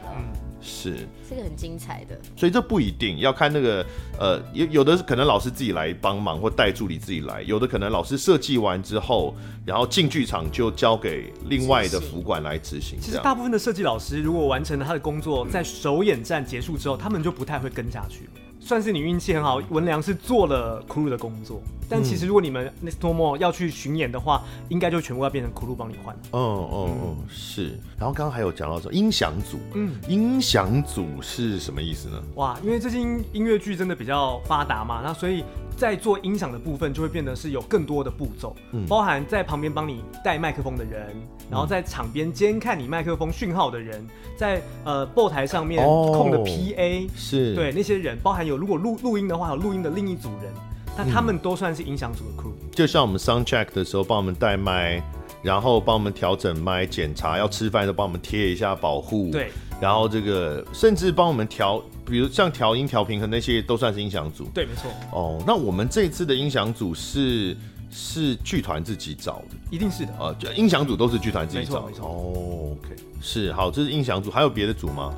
A: 是。
B: 这个很精彩的。
A: 所以这不一定要看那个呃，有有的可能老师自己来帮忙或带助理自己来，有的可能老师设计完之后，然后进剧场就交给另外的
B: 执行
A: 服管来执行。
C: 其
A: 这
C: 实
A: 样。
C: 大部分的设计老师，如果完成了他的工作，在首演站结束之后，他们就不太会跟下去。算是你运气很好，文良是做了 crew 的工作，但其实如果你们 next t o m o 要去巡演的话，应该就全部要变成 crew 帮你换。
A: 嗯嗯嗯，是。然后刚刚还有讲到说音响组，
C: 嗯，
A: 音响组是什么意思呢？
C: 哇，因为最近音乐剧真的比较发达嘛，那所以在做音响的部分就会变得是有更多的步骤，
A: 嗯
C: 包含在旁边帮你带麦克风的人，然后在场边监看你麦克风讯号的人，在呃后台上面
A: 哦
C: 控的 PA，、
A: 是，
C: 对那些人，包含有如果录录音的话，有录音的另一组人，那他们都算是音响组的 crew。
A: 就像我们 sound check 的时候帮我们带麦，然后帮我们调整麦，检查要吃饭的时候帮我们贴一下保护，
C: 对，
A: 然后这个甚至帮我们调，比如像调音、调平衡那些都算是音响组。
C: 对，没错，
A: 哦，那我们这次的音响组是是剧团自己找的，
C: 一定是的。
A: 呃，就音响组都是剧团自己
C: 没错
A: 找
C: 没
A: 的。
C: 错
A: 哦，OK，是好，这是音响组，还有别的组吗？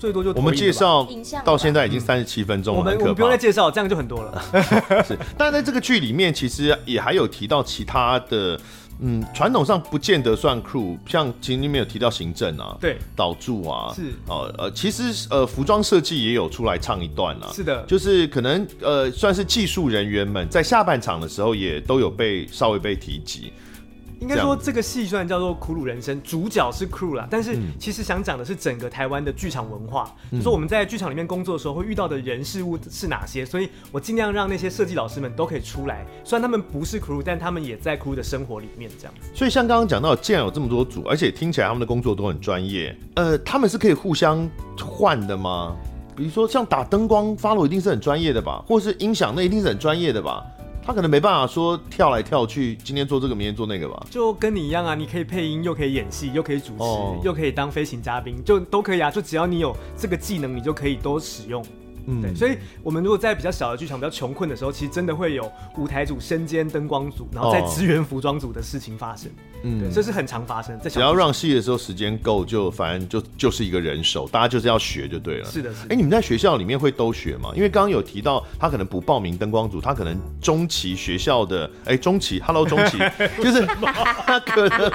C: 最多就
A: 我们
C: 投影
A: 介
C: 吧。嗯
A: 绍
B: 影像吧
A: 到现在已经三十七分钟了，
C: 我们
A: 很
C: 我
A: 可
C: 们不用再
A: 怕。
C: 介绍，这样就很多了。
A: 是，但在这个剧里面，其实也还有提到其他的，嗯，传统上不见得算 crew，像其实里面有提到行政啊，
C: 对，
A: 导助啊，
C: 是
A: 哦呃，其实呃，服装设计也有出来唱一段啊，
C: 是的，
A: 就是可能呃，算是技术人员们在下半场的时候也都有被稍微被提及。
C: 应该
A: 这
C: 说
A: 样
C: 这个戏虽然叫做《苦鲁人生》，主角是 crew
A: 嗯
C: 啦，但是其实想讲的是整个台湾的剧场文化，
A: 嗯
C: 就说我们在剧场里面工作的时候会遇到的人事物是哪些，所以我尽量让那些设计老师们都可以出来，虽然他们不是 crew，但他们也在 crew 的生活里面这样子。
A: 所以像刚刚讲到，既然有这么多组，而且听起来他们的工作都很专业，呃，他们是可以互相换的吗？比如说像打灯光发 o 一定是很专业的吧，或是音响那一定是很专业的吧。他可能没办法说跳来跳去，今天做这个，明天做那个吧。
C: 就跟你一样啊，你可以配音，又可以演戏，又可以主持，
A: 哦
C: 又可以当飞行嘉宾，就都可以啊。就只要你有这个技能，你就可以都使用。对，
A: 嗯，
C: 所以我们如果在比较小的剧场、比较穷困的时候，其实真的会有舞台组、身兼灯光组，然后再
A: 哦
C: 支援服装组的事情发生。对，
A: 嗯，
C: 这是很常发生。在
A: 只
C: 小
A: 要
C: 剧
A: 让戏的时候时间够，就反正就就是一个人手，大家就是要学就对了。
C: 场是的，是
A: 哎、
C: 的。
A: 你们在学校里面会都学吗？因为刚刚有提到他可能不报名灯光组，他可能中期学校的哎、中期，Hello 中 期，就是他可能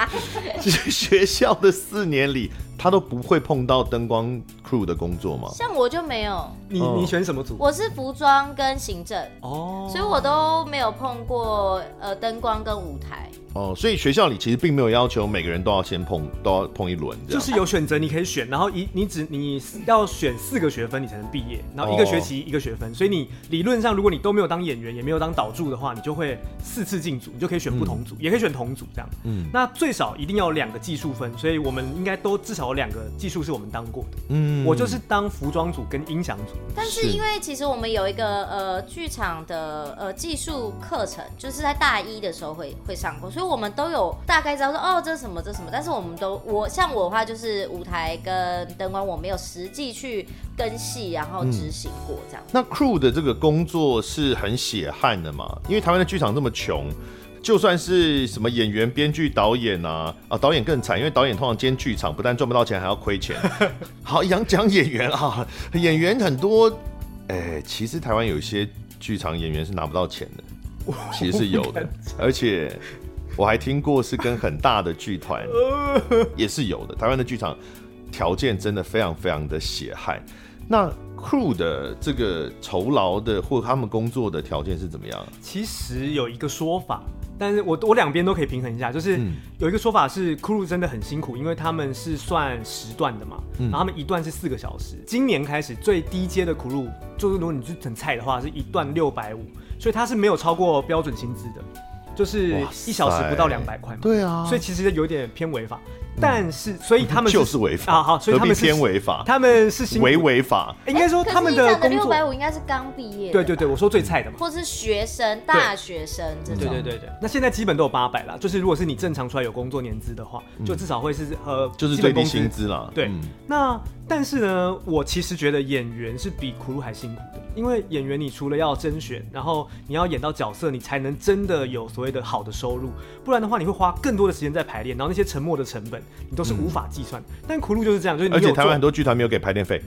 A: 学校的四年里，他都不会碰到灯光 crew 的工作吗？
B: 像我就没有，
C: 你
A: 哦
C: 你选什么组？
B: 我是服装跟行政，
C: 哦
B: 所以我都没有碰过呃灯光跟舞台。
A: 哦，所以学校里其实并没有要求每个人都要先碰，都要碰一轮这
C: 就
A: 样。
C: 是有选择，你可以选，然后一你只你要选四个学分你才能毕业，然后一
A: 哦
C: 个学期一个学分，所以你理论上如果你都没有当演员，也没有当导助的话，你就会四次进组，你就可以选不同组，也可以选同组这样。
A: 嗯
C: 那最少一定要有两个技术分，所以我们应该都至少有两个技术是我们当过的。
A: 嗯
C: 我就是当服装组跟音响组，
B: 但是
A: 是
B: 因为其实我们有一个呃剧场的呃技术课程，就是在大一的时候会会上过，所以我们都有大概知道说哦这是什么这是什么，但是我们都我像我的话就是舞台跟灯光，我没有实际去跟戏然
C: 嗯
B: 后执行过这样。
A: 那 crew 的这个工作是很血汗的嘛？因为台湾的剧场这么穷，就算是什么演员、编剧、导演啊，啊，导演更惨，因为导演通常兼剧场，不但赚不到钱，还要亏钱。好，讲讲演员啊，演员很多，哎、其实台湾有一些剧场演员是拿不到钱的，其实是有的，而且。我还听过是跟很大的剧团也是有的，台湾的剧场条件真的非常非常的血汗。那 crew 的这个酬劳的或他们工作的条件是怎么样？
C: 其实有一个说法，但是我我两边都可以平衡一下，就是
A: 嗯
C: 有一个说法是 crew 真的很辛苦，因为他们是算时段的嘛，
A: 嗯
C: 然后他们一段是四个小时。今年开始最低阶的 crew 就是如果你是很菜的话，是一段六百五，所以它是没有超过标准薪资的，就是
A: 哇塞
C: 一小时不到两百块嘛。
A: 对啊嗯
C: 所以其实有点偏违法。但是所以他们
A: 就是违法
C: 啊，好，所以他
A: 合并
C: 们是
A: 偏违法，
C: 他们是辛苦
A: 违违法，
C: 应该说
B: 哎可
C: 他
B: 是
C: 们
B: 你讲的
C: 工
B: 六
C: 作，
B: 百五应该是刚毕业，
C: 对对对，，我说最菜的嘛。
B: 或是学生、大学生这种，
C: 对对对对，那现在基本都有八百啦，就是如果是你正常出来有工作年资的话，就至少会是呃，
A: 嗯就是
C: 基
A: 最
C: 本
A: 低
C: 工资
A: 薪资啦。
C: 对
A: 嗯，
C: 那但是呢，我其实觉得演员是比苦路还辛苦的，因为演员你除了要甄选，然后你要演到角色，你才能真的有所谓的好的收入，不然的话你会花更多的时间在排练，然后那些沉没的成本你都是无法计算。
A: 嗯
C: 但苦路就是这样，就是你
A: 而且
C: 有
A: 台湾很
C: 做，
A: 多剧团没有给排练费，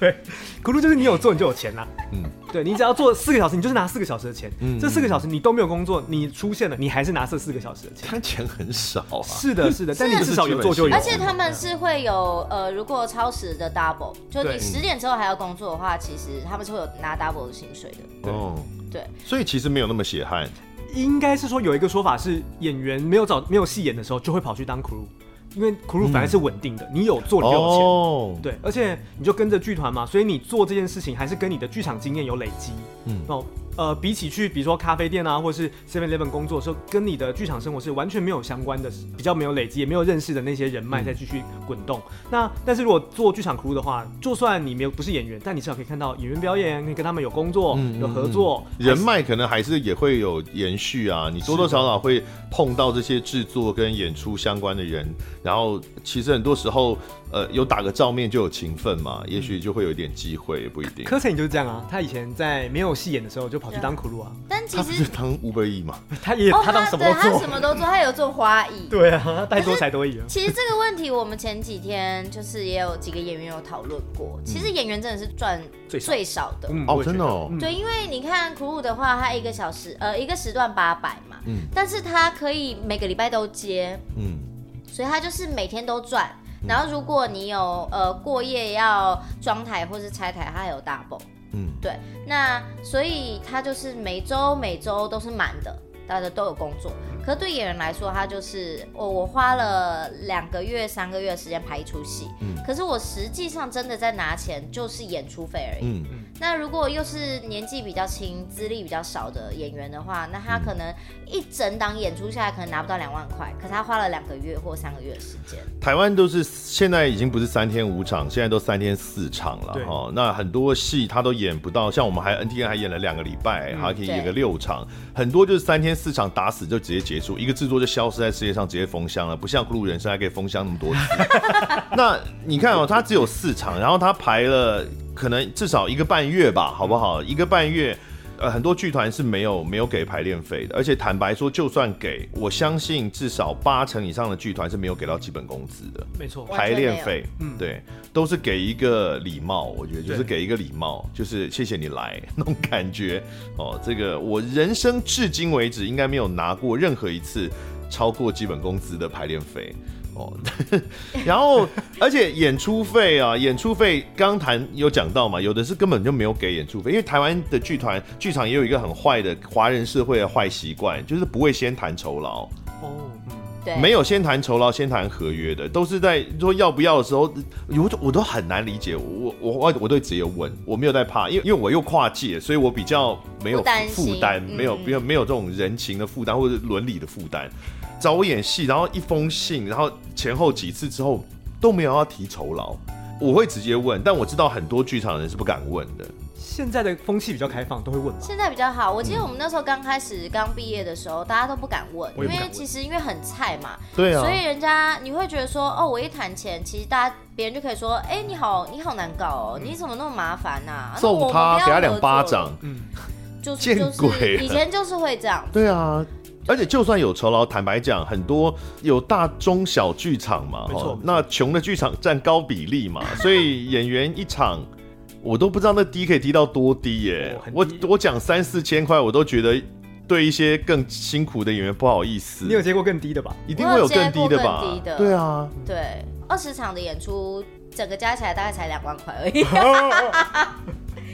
C: 对，苦路就是你有做你就有钱啦、
A: 嗯
C: 嗯，对你只要做四个小时，你就是拿四个小时的钱，
A: 嗯
C: 这四个小时你都没有工作，你出现了，你还是拿这四个小时的钱。
A: 看钱很少啊。
C: 是 的，是的，但你
A: 这是
C: 至少有做就有。
B: 而且他们是会有呃，如果超时的 double，就你
C: 对
B: 十点之后还要工作的话，其实他们是会有拿 double 的薪水的。
C: 对
A: 哦，
B: 对，
A: 所以其实没有那么血汗。
C: 应该是说有一个说法是，演员没有找没有戏演的时候，就会跑去当 crew，因为 crew 反而是稳定的，你有做你就有钱。
A: 哦，
C: 对，而且你就跟着剧团嘛，所以你做这件事情还是跟你的剧场经验有累积。
A: 嗯
C: 嗯，哦，呃，比起去比如说咖啡店啊，或是 Seven Eleven 工作的时候，跟你的剧场生活是完全没有相关的，比较没有累积，也没有认识的那些人脉再继续滚动。那但是如果做剧场 crew 的话，就算你没有不是演员，但你至少可以看到演员表演，可以跟他们有工作、
A: 嗯嗯
C: 有合作，
A: 人脉可能还是也会有延续啊，你多多少少会碰到这些制作跟演出相关的人，然后其实很多时候，呃，有打个照面就有情分嘛，也许就会有一点机会，也不一定。
C: 柯晨就是这样啊，他以前在没有戏演的时候就跑去当苦路啊，
B: 但其
A: 他不是
B: 实
A: 当 Uber E 吗？
C: 他也、
B: 哦，
C: 他当什么
B: 对
C: 都
B: 他
C: 做
B: 什，么都做，他有做花艺。
C: 对啊，他带多才多艺啊。
B: 其实这个问题，我们前几天就是也有几个演员有讨论过。其实演员真的是赚
C: 嗯最少
B: 最少的，
C: 嗯
A: 哦，真的，哦，
C: 嗯
B: 对，因为你看苦鲁的话，他一个小时呃一个时段八百嘛，
A: 嗯
B: 但是他可以每个礼拜都接，
A: 嗯，
B: 所以他就是每天都赚。然后如果你有呃过夜要装台或是拆台，他还有 double。
A: 嗯，
B: 对，那所以他就是每周每周都是满的，大家都有工作。可是对演员来说，他就是我、我花了两个月、三个月的时间排一出戏，可是我实际上真的在拿钱就是演出费而已。
A: 嗯
B: 那如果又是年纪比较轻、资历比较少的演员的话，那他可能一整档演出下来可能拿不到两万块，可是他花了两个月或三个月的时间。
A: 台湾都是现在已经不是三天五场，现在都三天四场了
C: 对
A: 哈、哦。那很多戏他都演不到，像我们还 NTN 还演了两个礼拜，
B: 嗯
A: 还可以演个六场，很多就是三天四场打死就直接结束，一个制作就消失在世界上，直接封箱了，不像《路人生》还可以封箱那么多次。那你看哦，他只有四场，然后他排了可能至少一个半月吧，好不好？一个半月。呃，很多剧团是没有没有给排练费的，而且坦白说，就算给我相信至少八成以上的剧团是没有给到基本工资的
C: 嗯没错，嗯
B: 完
A: 排
B: 全
A: 练费，对，都是给一个礼貌，我觉得就是
C: 对
A: 给一个礼貌，就是谢谢你来 那种感觉哦。这个我人生至今为止应该没有拿过任何一次超过基本工资的排练费哦。 然后，而且演出费啊，演出费刚谈有讲到嘛，有的是根本就没有给演出费，因为台湾的剧团剧场也有一个很坏的华人社会的坏习惯，就是不会先谈酬劳。
C: 哦，
B: 对，
A: 没有先谈酬劳，先谈合约的，都是在说要不要的时候，我我都很难理解。我我我我对职业问，我没有在怕，因为因为我又跨界，所以我比较没有
B: 不担
A: 负
B: 心
A: 担，
B: 嗯
A: 没有没有没有这种人情的负担或者伦理的负担。找我演戏，然后一封信，然后前后几次之后都没有要提酬劳，我会直接问，但我知道很多剧场人是不敢问的。
C: 现在的风气比较开放，都会问吧。
B: 现在比较好。我记得我们那时候刚开始刚毕业的时候，大家都不敢问，
C: 我也不
B: 因
C: 敢
B: 为
C: 问
B: 其实因为很菜嘛，
A: 对啊
B: 所，以人家你会觉得说，哦，我一谈钱，其实大家别人就可以说，哎、你好，你好难搞哦，你怎么那么麻烦呐、啊？那
A: 嗯
B: 我
A: 揍
B: 们
A: 他，
B: 不要
A: 给他
B: 合
A: 两巴
B: 作
A: 掌。
C: 嗯
B: 就是
A: 见
B: 就是
A: 鬼了
B: 以前就是会这样，
A: 对啊，而且就算有酬劳，坦白讲，很多有大中小剧场嘛，
C: 没错
A: 齁那穷的剧场占高比例嘛， 所以演员一场。我都不知道那低可以低到多低耶、
C: 哦很
A: 我
C: 低
A: 我讲三四千块，我都觉得对一些更辛苦的演员不好意思
C: 你。有接过更低的吧？
A: 一定会有更低的吧
B: 我有接过更低？的
A: 对啊，
B: 对，二十场的演出，整个加起来大概才两万块而已，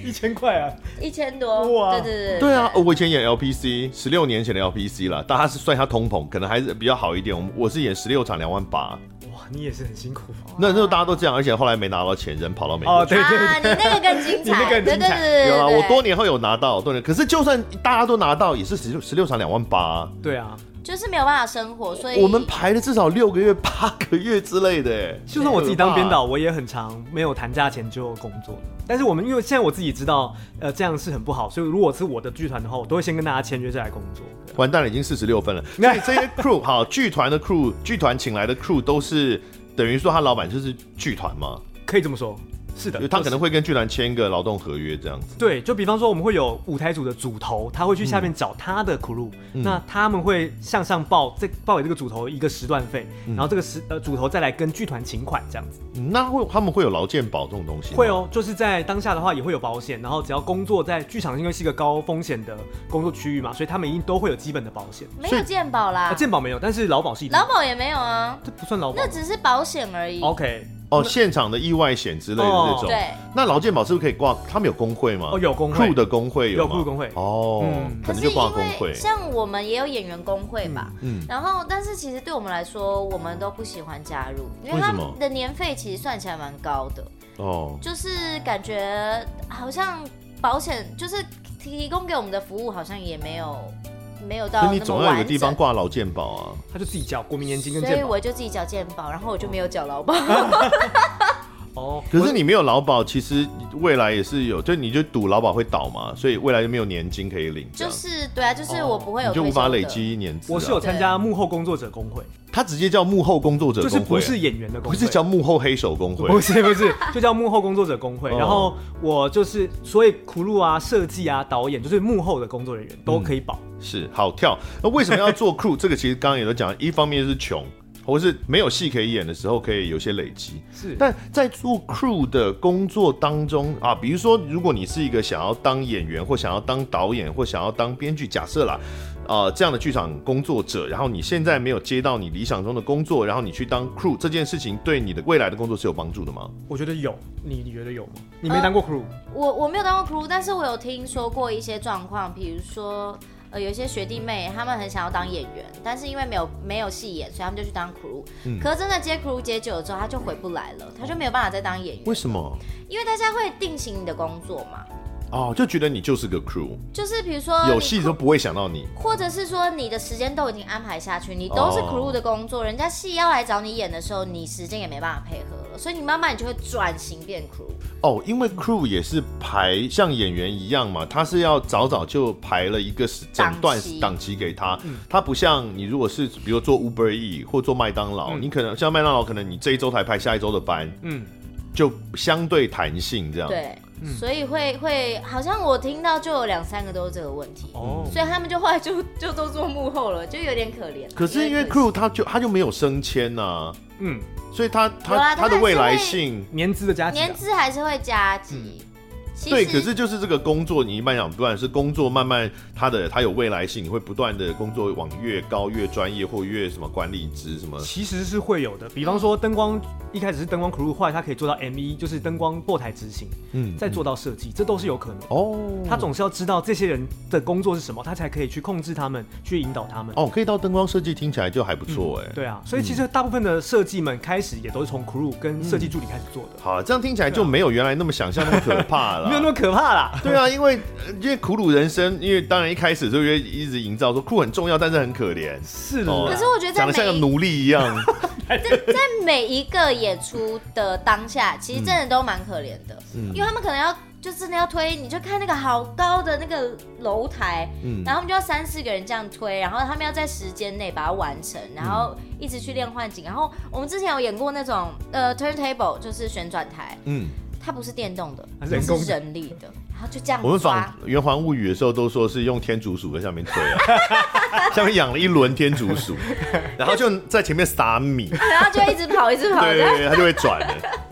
C: 一千块啊！
B: 一千多，
C: 哇
B: 对对对，
A: 对啊，呃我以前演 LPC，十六年前的 LPC 啦，大家是算一下通膨，可能还是比较好一点。我们我是演十六场两万八，
C: 哇，你也是很辛苦哦。
A: 那那时候大家都这样，而且后来没拿到钱，人跑到美国去
C: 哦对对对
B: 啊，你那个 更精
C: 你那
B: 彩，
C: 个更
B: 对对
C: 精彩
B: 对
A: 有
B: 对
A: 啊，
B: 对，
A: 我多年后有拿到，多年。可是就算大家都拿到，也是十六十六场两万八、
C: 对啊，
B: 就是没有办法生活，所以
A: 我们排了至少六个月、八个月之类的欸，
C: 就算我自己当编导，我也很常没有谈价钱就工作。但是我们因为现在我自己知道，呃，这样是很不好，所以如果是我的剧团的话，我都会先跟大家签约再来工作。
A: 完蛋了，已经四十六分了。 那这些 crew 好，剧团的 crew，剧 团请来的 crew 都是等于说他老板就是剧团嘛，
C: 可以这么说，是
A: 因
C: 的
A: 为，他可能会跟剧团签一个劳动合约这样子。
C: 对，就比方说我们会有舞台组的组头，他会去下面找他的 crew，、那
A: 嗯
C: 他们会向上报这报给这个组头一个时段费，
A: 嗯
C: 然后这个时呃组头再来跟剧团请款这样子。
A: 那会他们会有劳健保这种东西吗？
C: 会哦，就是在当下的话也会有保险，然后只要工作在剧场，因为是一个高风险的工作区域嘛，所以他们一定都会有基本的保险。
B: 没
A: 所
B: 有
A: 以
B: 健保啦，
C: 啊，健保没有，但是劳保是一定
B: 劳
C: 的，
B: 保也没有啊，
C: 这不算劳保
B: 那。只是保险而已。
C: OK，
A: 哦，现场的意外险之类的这种。
B: 对，
A: 那劳健保是不是可以挂？他们有工会吗？
C: 哦有工会
A: crew 的工会
C: 有
A: 吗
C: crew 工会
A: 哦，
C: 嗯
A: 可
B: 可
A: 能
B: 是
A: 就
B: 因
A: 挂工会
B: 为。像我们也有演员工会吧，
A: 嗯嗯
B: 然后但是其实对我们来说，我们都不喜欢加入，因
A: 为
B: 为
A: 什
B: 他
A: 么
B: 们的年费其实算起来蛮高的，
A: 哦，
B: 就是感觉好像保险就是提供给我们的服务好像也没有没有到
A: 所以你
B: 那么
A: 总要有
B: 完
A: 个
B: 整。
A: 地方挂劳健保啊。
C: 他就自己缴国民年金跟
B: 所以
C: 健保。
B: 我就自己缴健保，然后我就没有缴 劳保。
C: 哦，
A: 可是你没有劳保，其实未来也是有，就你就赌劳保会倒嘛，所以未来就没有年金可以领，这
B: 就
A: 样
B: 是对啊，就是我不会有
A: 哦你就
B: 退
A: 无
B: 休
A: 法
B: 的
A: 累。积年资、啊。
C: 我是有参加幕后工作者工会，
A: 他直接叫幕后工作者
C: 就
A: 工
C: 是
A: 会，啊
C: 不是演员的工
A: 不
C: 会，
A: 是叫幕后黑手工会，
C: 不是不是， 就叫幕后工作者工会。
A: 哦
C: 然后我就是，所以苦路啊、设计啊、导演，就是幕后的工作人员都可以保。
A: 是好跳。那为什么要做 crew？这个其实刚刚也都讲，一方面是穷，或是没有戏可以演的时候，可以有些累积。
C: 是，
A: 但在做 crew 的工作当中啊，比如说，如果你是一个想要当演员，或想要当导演，或想要当编剧，假设啦，呃，这样的剧场工作者，然后你现在没有接到你理想中的工作，然后你去当 crew 这件事情，对你的未来的工作是有帮助的吗？
C: 我觉得有，你你觉得有吗？你
A: 啊
C: 没当过 crew，、
B: 我我没有当过 crew，但是我有听说过一些状况，比如说呃，有一些学弟妹他们很想要当演员，但是因为没有没有戏演，所以他们就去当 crew、
A: 嗯
B: 可是真的接 crew 接久了之后，他就回不来了，他就没有办法再当演员，
A: 为什么？
B: 因为大家会定型你的工作嘛，
A: 哦，就觉得你就是个 crew，
B: 就是比如说
A: 有
B: 你
A: 戏都不会想到你。
B: 或者是说你的时间都已经安排下去，你都是
A: 哦
B: crew 的工作，人家戏要来找你演的时候，你时间也没办法配合了，所以你慢慢你就会转型变 crew。
A: 哦，因为 crew 也是排像演员一样嘛，他是要早早就排了一个时整段
B: 档期嗯
A: 档期给他，他不像你如果是比如做 Uber E 或做麦当
B: 嗯
A: 劳，你可能像麦当劳，可能你这一周才排下一周的班，
C: 嗯，
A: 就相对弹性这样。，
B: 对，
A: 嗯
B: 所以会会好像我听到就有两三个都是这个问题，
C: 哦，
B: 所以他们就后来就就都做幕后了，就有点可怜。啊
A: 可是因为
B: 可惜
A: crew 他就他就没有升迁呐、啊
C: 嗯，
A: 所以他
B: 有
A: 他他
B: 啊
A: 的
B: 他还是
A: 未来
B: 会
A: 性。
C: 年资的加起、啊
B: 年，资还是会加
A: 嗯
B: 急，其
A: 对，
B: 实
A: 可是就是这个工作，你一般讲，不管是工作慢慢他的他有未来性，你会不断的工作往越高越专业或越什么管理职什么
C: 其实是会有的。比方说灯光一开始是灯光 crew，后来他可以做到 M 一，就是灯光后台执行，
A: 嗯
C: 再做到设计，这都是有可能的。
A: 哦，
C: 他总是要知道这些人的工作是什么，他才可以去控制他们，去引导他们。
A: 哦，可以到灯光设计，听起来就还不错哎、，
C: 对啊，所以其实大部分的设计们开始也都是从 crew 跟设计助理开始做的，
A: 好，这样听起来就没有原来那么想象那么可怕了。
C: 没有那么可怕 啦。
A: 对啊，因为呃因为苦鲁人生，因为当然一开始就觉得一直营造说酷很重要，但是很可怜，
C: 是
A: 哦
B: 可是我觉得在
A: 长得像个
B: 每一
A: 奴隶一样。
B: 在每一个演出的当
A: 嗯
B: 下，其实真的都蛮可怜的，因为他们可能要。就真的要推，你就看那个好高的那个楼台，
A: 嗯，
B: 然后他们就要三四个人这样推，然后他们要在时间内把它完成，然
A: 嗯
B: 后一直去练换景。然后我们之前有演过那种呃 turntable，就是旋转台，
A: 嗯，
B: 它不是电动的，
C: 它
B: 它
C: 是人工的
B: 是人力的，然后就这样
A: 啊我们
B: 抓
A: 仿。《圆环物语》的时候都说是用天竺鼠在下面推啊， 下面养了一轮天竺 鼠，然后就在前面撒米，
B: 然后就一直跑，一直跑。
A: 对
B: 然后
A: 对对，它就会转了。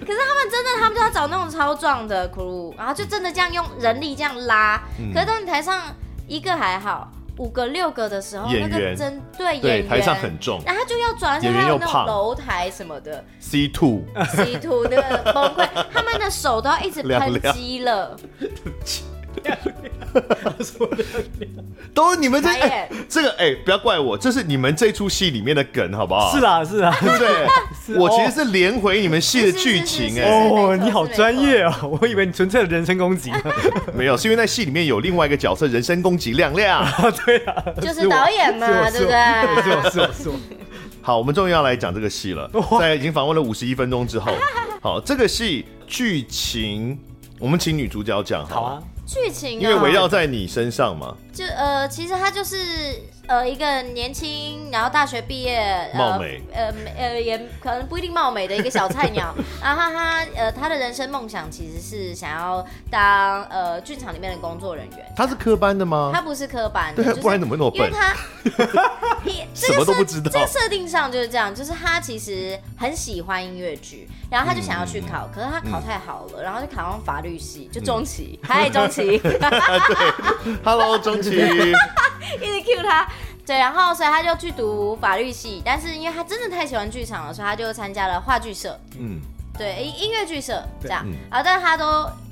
B: 可是他们真的，他们就要找那种超壮的 crew，然后就真的这样用人力这样拉。
A: 嗯
B: 可是当你台上一个还好，五个六个的时候，
A: 演
B: 那
A: 员
B: 个真对演
A: 对，
B: 员，
A: 台上很重
B: 然后他就要转，而且
A: 演员
B: 还有
A: 又
B: 那种
A: 胖
B: 楼台什么的。
A: ，C two，
B: C 图 那个崩溃，他们的手都要一直
A: 凉
B: 喷
A: 凉
B: 激了，
A: 都是你们这
B: 傻眼
A: 哎这个哎，不要怪我，这是你们这出戏里面的梗，好不好？
C: 是啦是啦，
A: 对不对？
C: 是
A: 我其
C: 哦
A: 实是连回你们戏的
B: 是是
A: 剧
B: 是
A: 情
B: 是
A: 哎，
B: 没错
C: 哦，你好
B: 是没
C: 专业 哦，我以为你纯粹的人身攻 击。
A: 没有，是因为在戏里面有另外一个角色人身攻击亮亮。
B: 就是导演嘛，对
C: 是
B: 不
C: 我是
B: 对？
C: 我是我是我，
A: 好，我们终于要来讲这个戏了，在已经访问了五十一分钟之后，好，这个戏剧情我们请女主角讲
C: 好
A: 好了，
C: 啊，
B: 剧情
A: 因为
B: 哦
A: 围绕在你身上嘛，
B: 就呃，其实他就是呃一个年轻，然后大学毕业，呃
A: 貌美，
B: 呃没呃也可能不一定貌美的一个小菜 鸟。然后他呃他的人生梦想其实是想要当呃剧场里面的工作人员，
A: 她是科班的吗
B: 他？不是科班的，
A: 对啊
B: 就是
A: 不然怎么那么笨
B: 因为 他你这
A: 什么
B: 个
A: 都
B: 设
A: 不知道
B: 这个设定上就是这样，就是他其实很喜欢音乐剧，然后他就想要去考，
A: 嗯
B: 可是他考太好了，然后就考上法律系，就中期，嗨中 期。
A: Hello，钟琪，
B: 一直 Q 他。对，然后所以他就去读法律系，但是因为他真的太喜欢剧场了，所以他就参加了话剧社，
A: 嗯，
B: 对，音音乐剧社这样
A: 对嗯。
B: 然后但是他都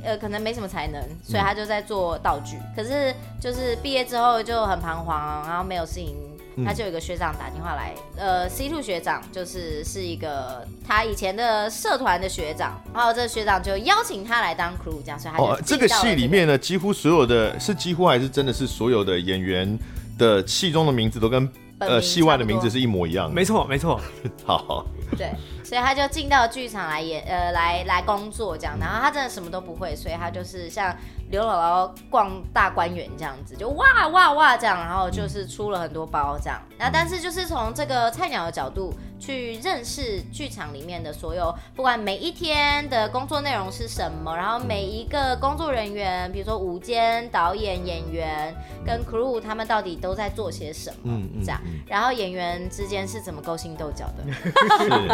B: 呃可能没什么才能，所以他就在做道具。可是
A: 嗯
B: 就是毕业之后就很彷徨，然后没有事情。他就有一个学长打电话来，呃，C two 学长就是是一个他以前的社团的学长，然后这个学长就邀请他来当 crew，这样，所以他就
A: 哦，这个
B: 进到了
A: 戏里面呢，几乎所有的是几乎还是真的是所有的演员的戏中的名字都跟
B: 本名
A: 呃戏外的
B: 差不
A: 名
B: 多
A: 字是一模一样的。
C: 没错没错，
A: 好，
B: 对，所以他就进到剧场来演，呃，来来工作这样。然后他真的什么都不会，所以他就是像刘姥姥逛大观园这样子，就哇哇哇这样，然后就是出了很多包这样。那但是就是从这个菜鸟的角度去认识剧场里面的所有，不管每一天的工作内容是什么，然后每一个工作人员，比如说舞监、导演、演员跟 crew 他们到底都在做些什么，
A: 嗯嗯
B: 这样。然后演员之间是怎么勾心斗角的？
A: 是，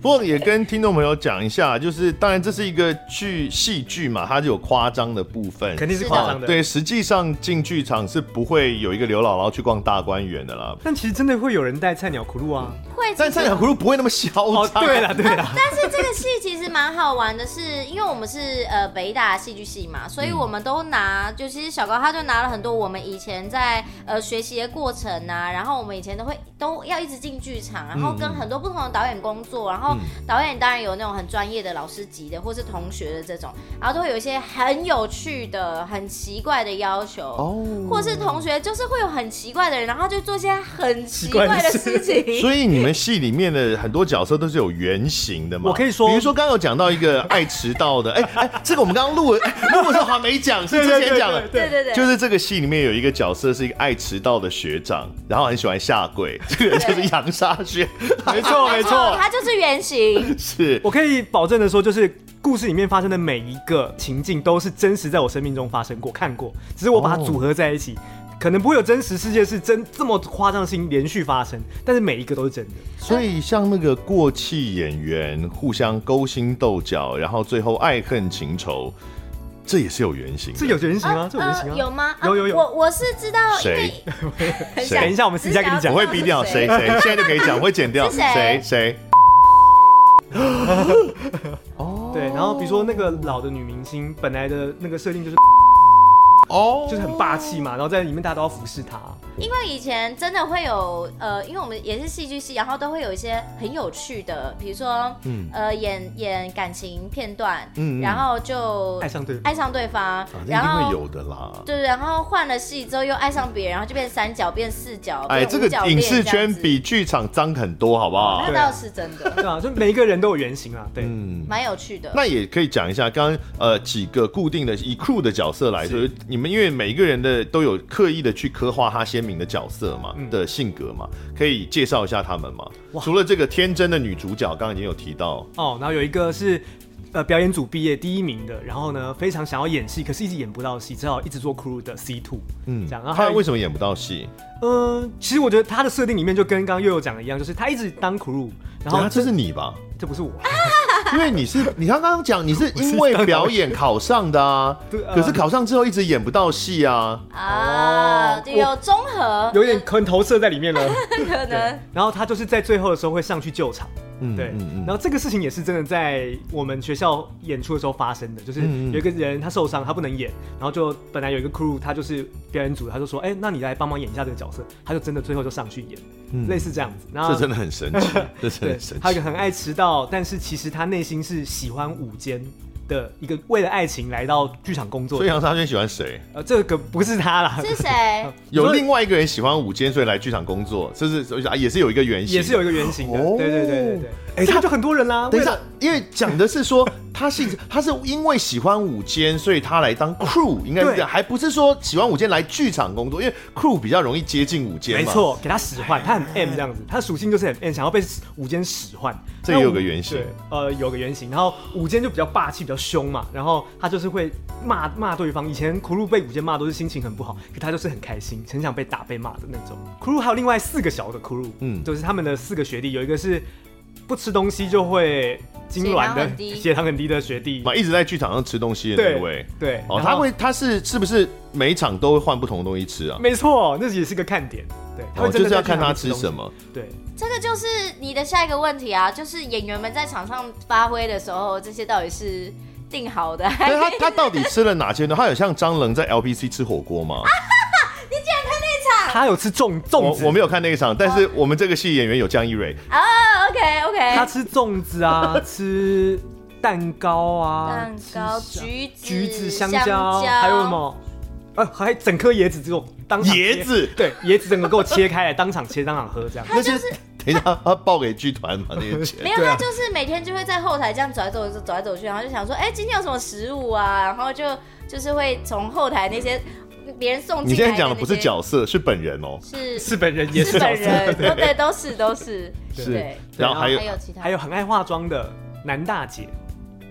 A: 不过也跟听众朋友讲一下，就是当然这是一个剧戏剧嘛，它就有夸张的部分，哦
C: 肯定是
B: 是
C: 夸
B: 的
C: 张的。，
A: 对，实际上进剧场是不会有一个刘姥姥去逛大观园的 啦。
C: 但其实真的会有人带菜鸟苦路啊。
B: 会，
A: 但
B: 其
A: 三
B: 实
A: 角葫芦不会那么嚣
C: 哦，
A: 张。
C: 对了对了，
B: 但是这个戏其实蛮好玩的是，因为我们是呃北大戏剧系嘛，所以
A: 嗯
B: 我们都拿，就其实小高他就拿了很多我们以前在呃学习的过程啊，然后我们以前都会都要一直进剧场，然后
A: 嗯
B: 跟很多不同的导演工作，然后导演当然有那种很专业的老师级的，或是同学的这种，然后都会有一些很有趣的、很奇怪的要求。
A: 哦，
B: 或是同学就是会有很奇怪的人，然后就做一些很奇怪的事情，
A: 所以你们戏里面的很多角色都是有原型的嘛？
C: 我可以说
A: 比如说刚刚有讲到一个爱迟到的，哎 哎，这个我们刚刚录了，哎录的时候还没讲，是之前讲的。
B: 对对对，
A: 就是这个戏里面有一个角色是一个爱迟到的学长，然后很喜欢下跪， 这个人就是杨沙雪，
C: 没错没错。
B: 它哦就是原 型。
A: 是
C: 我可以保证的说，就是故事里面发生的每一个情境都是真实在我生命中发生过、看过，只是我把它组合在一起。可能不会有真实世界是真这么夸张的事情连续发生，但是每一个都是真的。
A: 所以像那个过气演员互相勾心斗角，然后最后爱恨情仇，这也是有原型的。
C: 这有原型啊，这有原
B: 呃
C: 型啊。
B: 有吗？啊
C: 有有有
B: 我我是知道，因
A: 谁
B: 为
A: 谁
B: 很想
C: 等一下我们私下跟你讲
A: 我会逼掉谁？谁， 现在就可以讲，我会剪掉
B: 是谁
A: 谁谁。
C: 对，然后比如说那个老的女明星，本来的那个设定就是
A: 哦，
C: 就是很霸气嘛，然后在里面大家都要服侍她。
B: 因为以前真的会有呃，因为我们也是戏剧系，然后都会有一些很有趣的，比如说
A: 嗯
B: 呃演演感情片段，
A: 嗯嗯
B: 然后就
C: 爱上对方
B: 爱上对方
A: 啊，那
B: 然
A: 一定会
B: 后。
A: 有的啦。
B: 对，然后换了戏之后又爱上别人，然后就变三角，变四角，
A: 哎，
B: 变
A: 这
B: 五
A: 个
B: 角恋
A: 影视
B: 这样
A: 圈
B: 子
A: 比剧场脏很多，好不好
B: 那？
C: 对
B: 倒是真的，
C: 对啊，就每一个人都有原型啊。对，
A: 嗯。
B: 蛮有趣的。
A: 那也可以讲一下，刚刚呃几个固定的以 crew 的角色来说，你们因为每一个人的都有刻意的去刻画他鲜明的角色嘛、
C: 嗯
A: 的性格嘛，可以介绍一下他们吗？除了这个天真的女主角，刚刚已经有提到，
C: 哦，然后有一个是呃表演组毕业第一名的，然后呢非常想要演戏，可是一直演不到戏，只好一直做 crew 的 C two，嗯，这样。然后还
A: 他
C: 有
A: 为
C: 一
A: 什么演不到戏？
C: 呃，其实我觉得他的设定里面就跟刚刚悠悠讲的一样，就是他一直当 crew，然
A: 然
C: 后
A: 啊 后这是你吧？
C: 这不是我，啊
A: 因为你是你刚刚讲你 是因为表演考上的啊，
C: 对呃
A: 可是考上之后一直演不到戏啊，
B: 啊，
C: 哦
B: 有综合，
C: 有点可能投射在里面了。
B: 可能
C: 对，然后他就是在最后的时候会上去救场，
A: 嗯
C: 对，然后这个事情也是真的在我们学校演出的时候发生的，就是
A: 嗯嗯
C: 有一个人他受伤，他不能演，然后就本来有一个 crew，他就是表演组，他就说，哎、那你来帮忙演一下这个角色，他就真的最后就上去演，
A: 嗯
C: 类似这样子。然后
A: 这真的很神 奇，这真的
C: 对
A: 很神，
C: 还有一
A: 奇
C: 个。很爱迟到，但是其实他内心是喜欢午间的一个为了爱情来到剧场工作
A: 所以
C: 的。
A: 杨沙轩喜欢谁？
C: 呃，这个不是他 啦，
B: 是谁？
A: 有另外一个人喜欢午间，所以来剧场工作，这是所以啊也是有一个原型，
C: 也是有一个原型的。
A: 哦
C: 对对对对对，
A: 哎
C: 哎、这个就很多人啦。
A: 等一
C: 为
A: 下
C: 了，，
A: 因为讲的是 说他是他是因为喜欢舞间，所以他来当 crew，应该是这
C: 对
A: 样，还不是说喜欢舞间来剧场工作，因为 crew 比较容易接近舞间嘛。
C: 没，错，给他使唤，他很 M 这样子，他的属性就是很 M，想要被午间使唤。
A: 这也有
C: 那午
A: 个原型
C: 对，呃，有个原型。然后午间就比较霸气，比较凶嘛，然后他就是会骂骂对方。以前苦鲁被午间骂都是心情很不好，可他就是很开心，很想被打被骂的那种。苦鲁还有另外四个小的苦鲁，
A: 嗯
C: 嗯，就是他们的四个学弟，有一个是不吃东西就会痉挛
B: 血糖很
C: 的，
B: 低
C: 血糖很低的学弟，
A: 嘛一直在剧场上吃东西的那位
C: 对。对，
A: 哦，
C: 然后
A: 他会，他是是不是每一场都会换不同的东西吃啊？
C: 没错，那也是个看点。对，嗯他
A: 哦，
C: 会真
A: 就
C: 的
A: 是要
C: 在
A: 看
C: 剧场
A: 他
C: 里
A: 吃
C: 东西
A: 什。么。
C: 对，
B: 这个就是你的下一个问题啊，就是演员们在场上发挥的时候，这些到底是定好的？
A: 所以他他到底吃了哪些呢？他有像张棱在 LPC 吃火锅吗？
C: 他有吃粽
A: 我
C: 粽子
A: 我没有看那一场，但是我们这个戏演员有江一蕊，
B: 啊，OK
C: 他
B: OK，
C: 吃粽 子啊，吃蛋糕啊，
B: 蛋糕、
C: 吃
B: 橘子、
C: 橘子、香
B: 香
C: 蕉，还有什？么？呃，还整颗椰子这种当场切
A: 椰子
C: 对，椰子整个给我 切开来，当场切，当场喝这样。
A: 那些等一下他报给剧团嘛那 些钱
B: 没。有，
C: 对啊
B: 他就是每天就会在后台这样走来走去，走来走去，然后就想说，哎、今天有什么食物啊？然后就就是会从后台那些别人送进来
A: 你现在讲的
B: 的
A: 不是
B: 那些，
A: 角色，是本人哦。
B: 是
C: 是本人也
B: 是本人，
C: 对
B: 都对，都是都是，
A: 是
B: 对。
A: 然后还有
B: 还有其他，
C: 还有很爱化妆的男大姐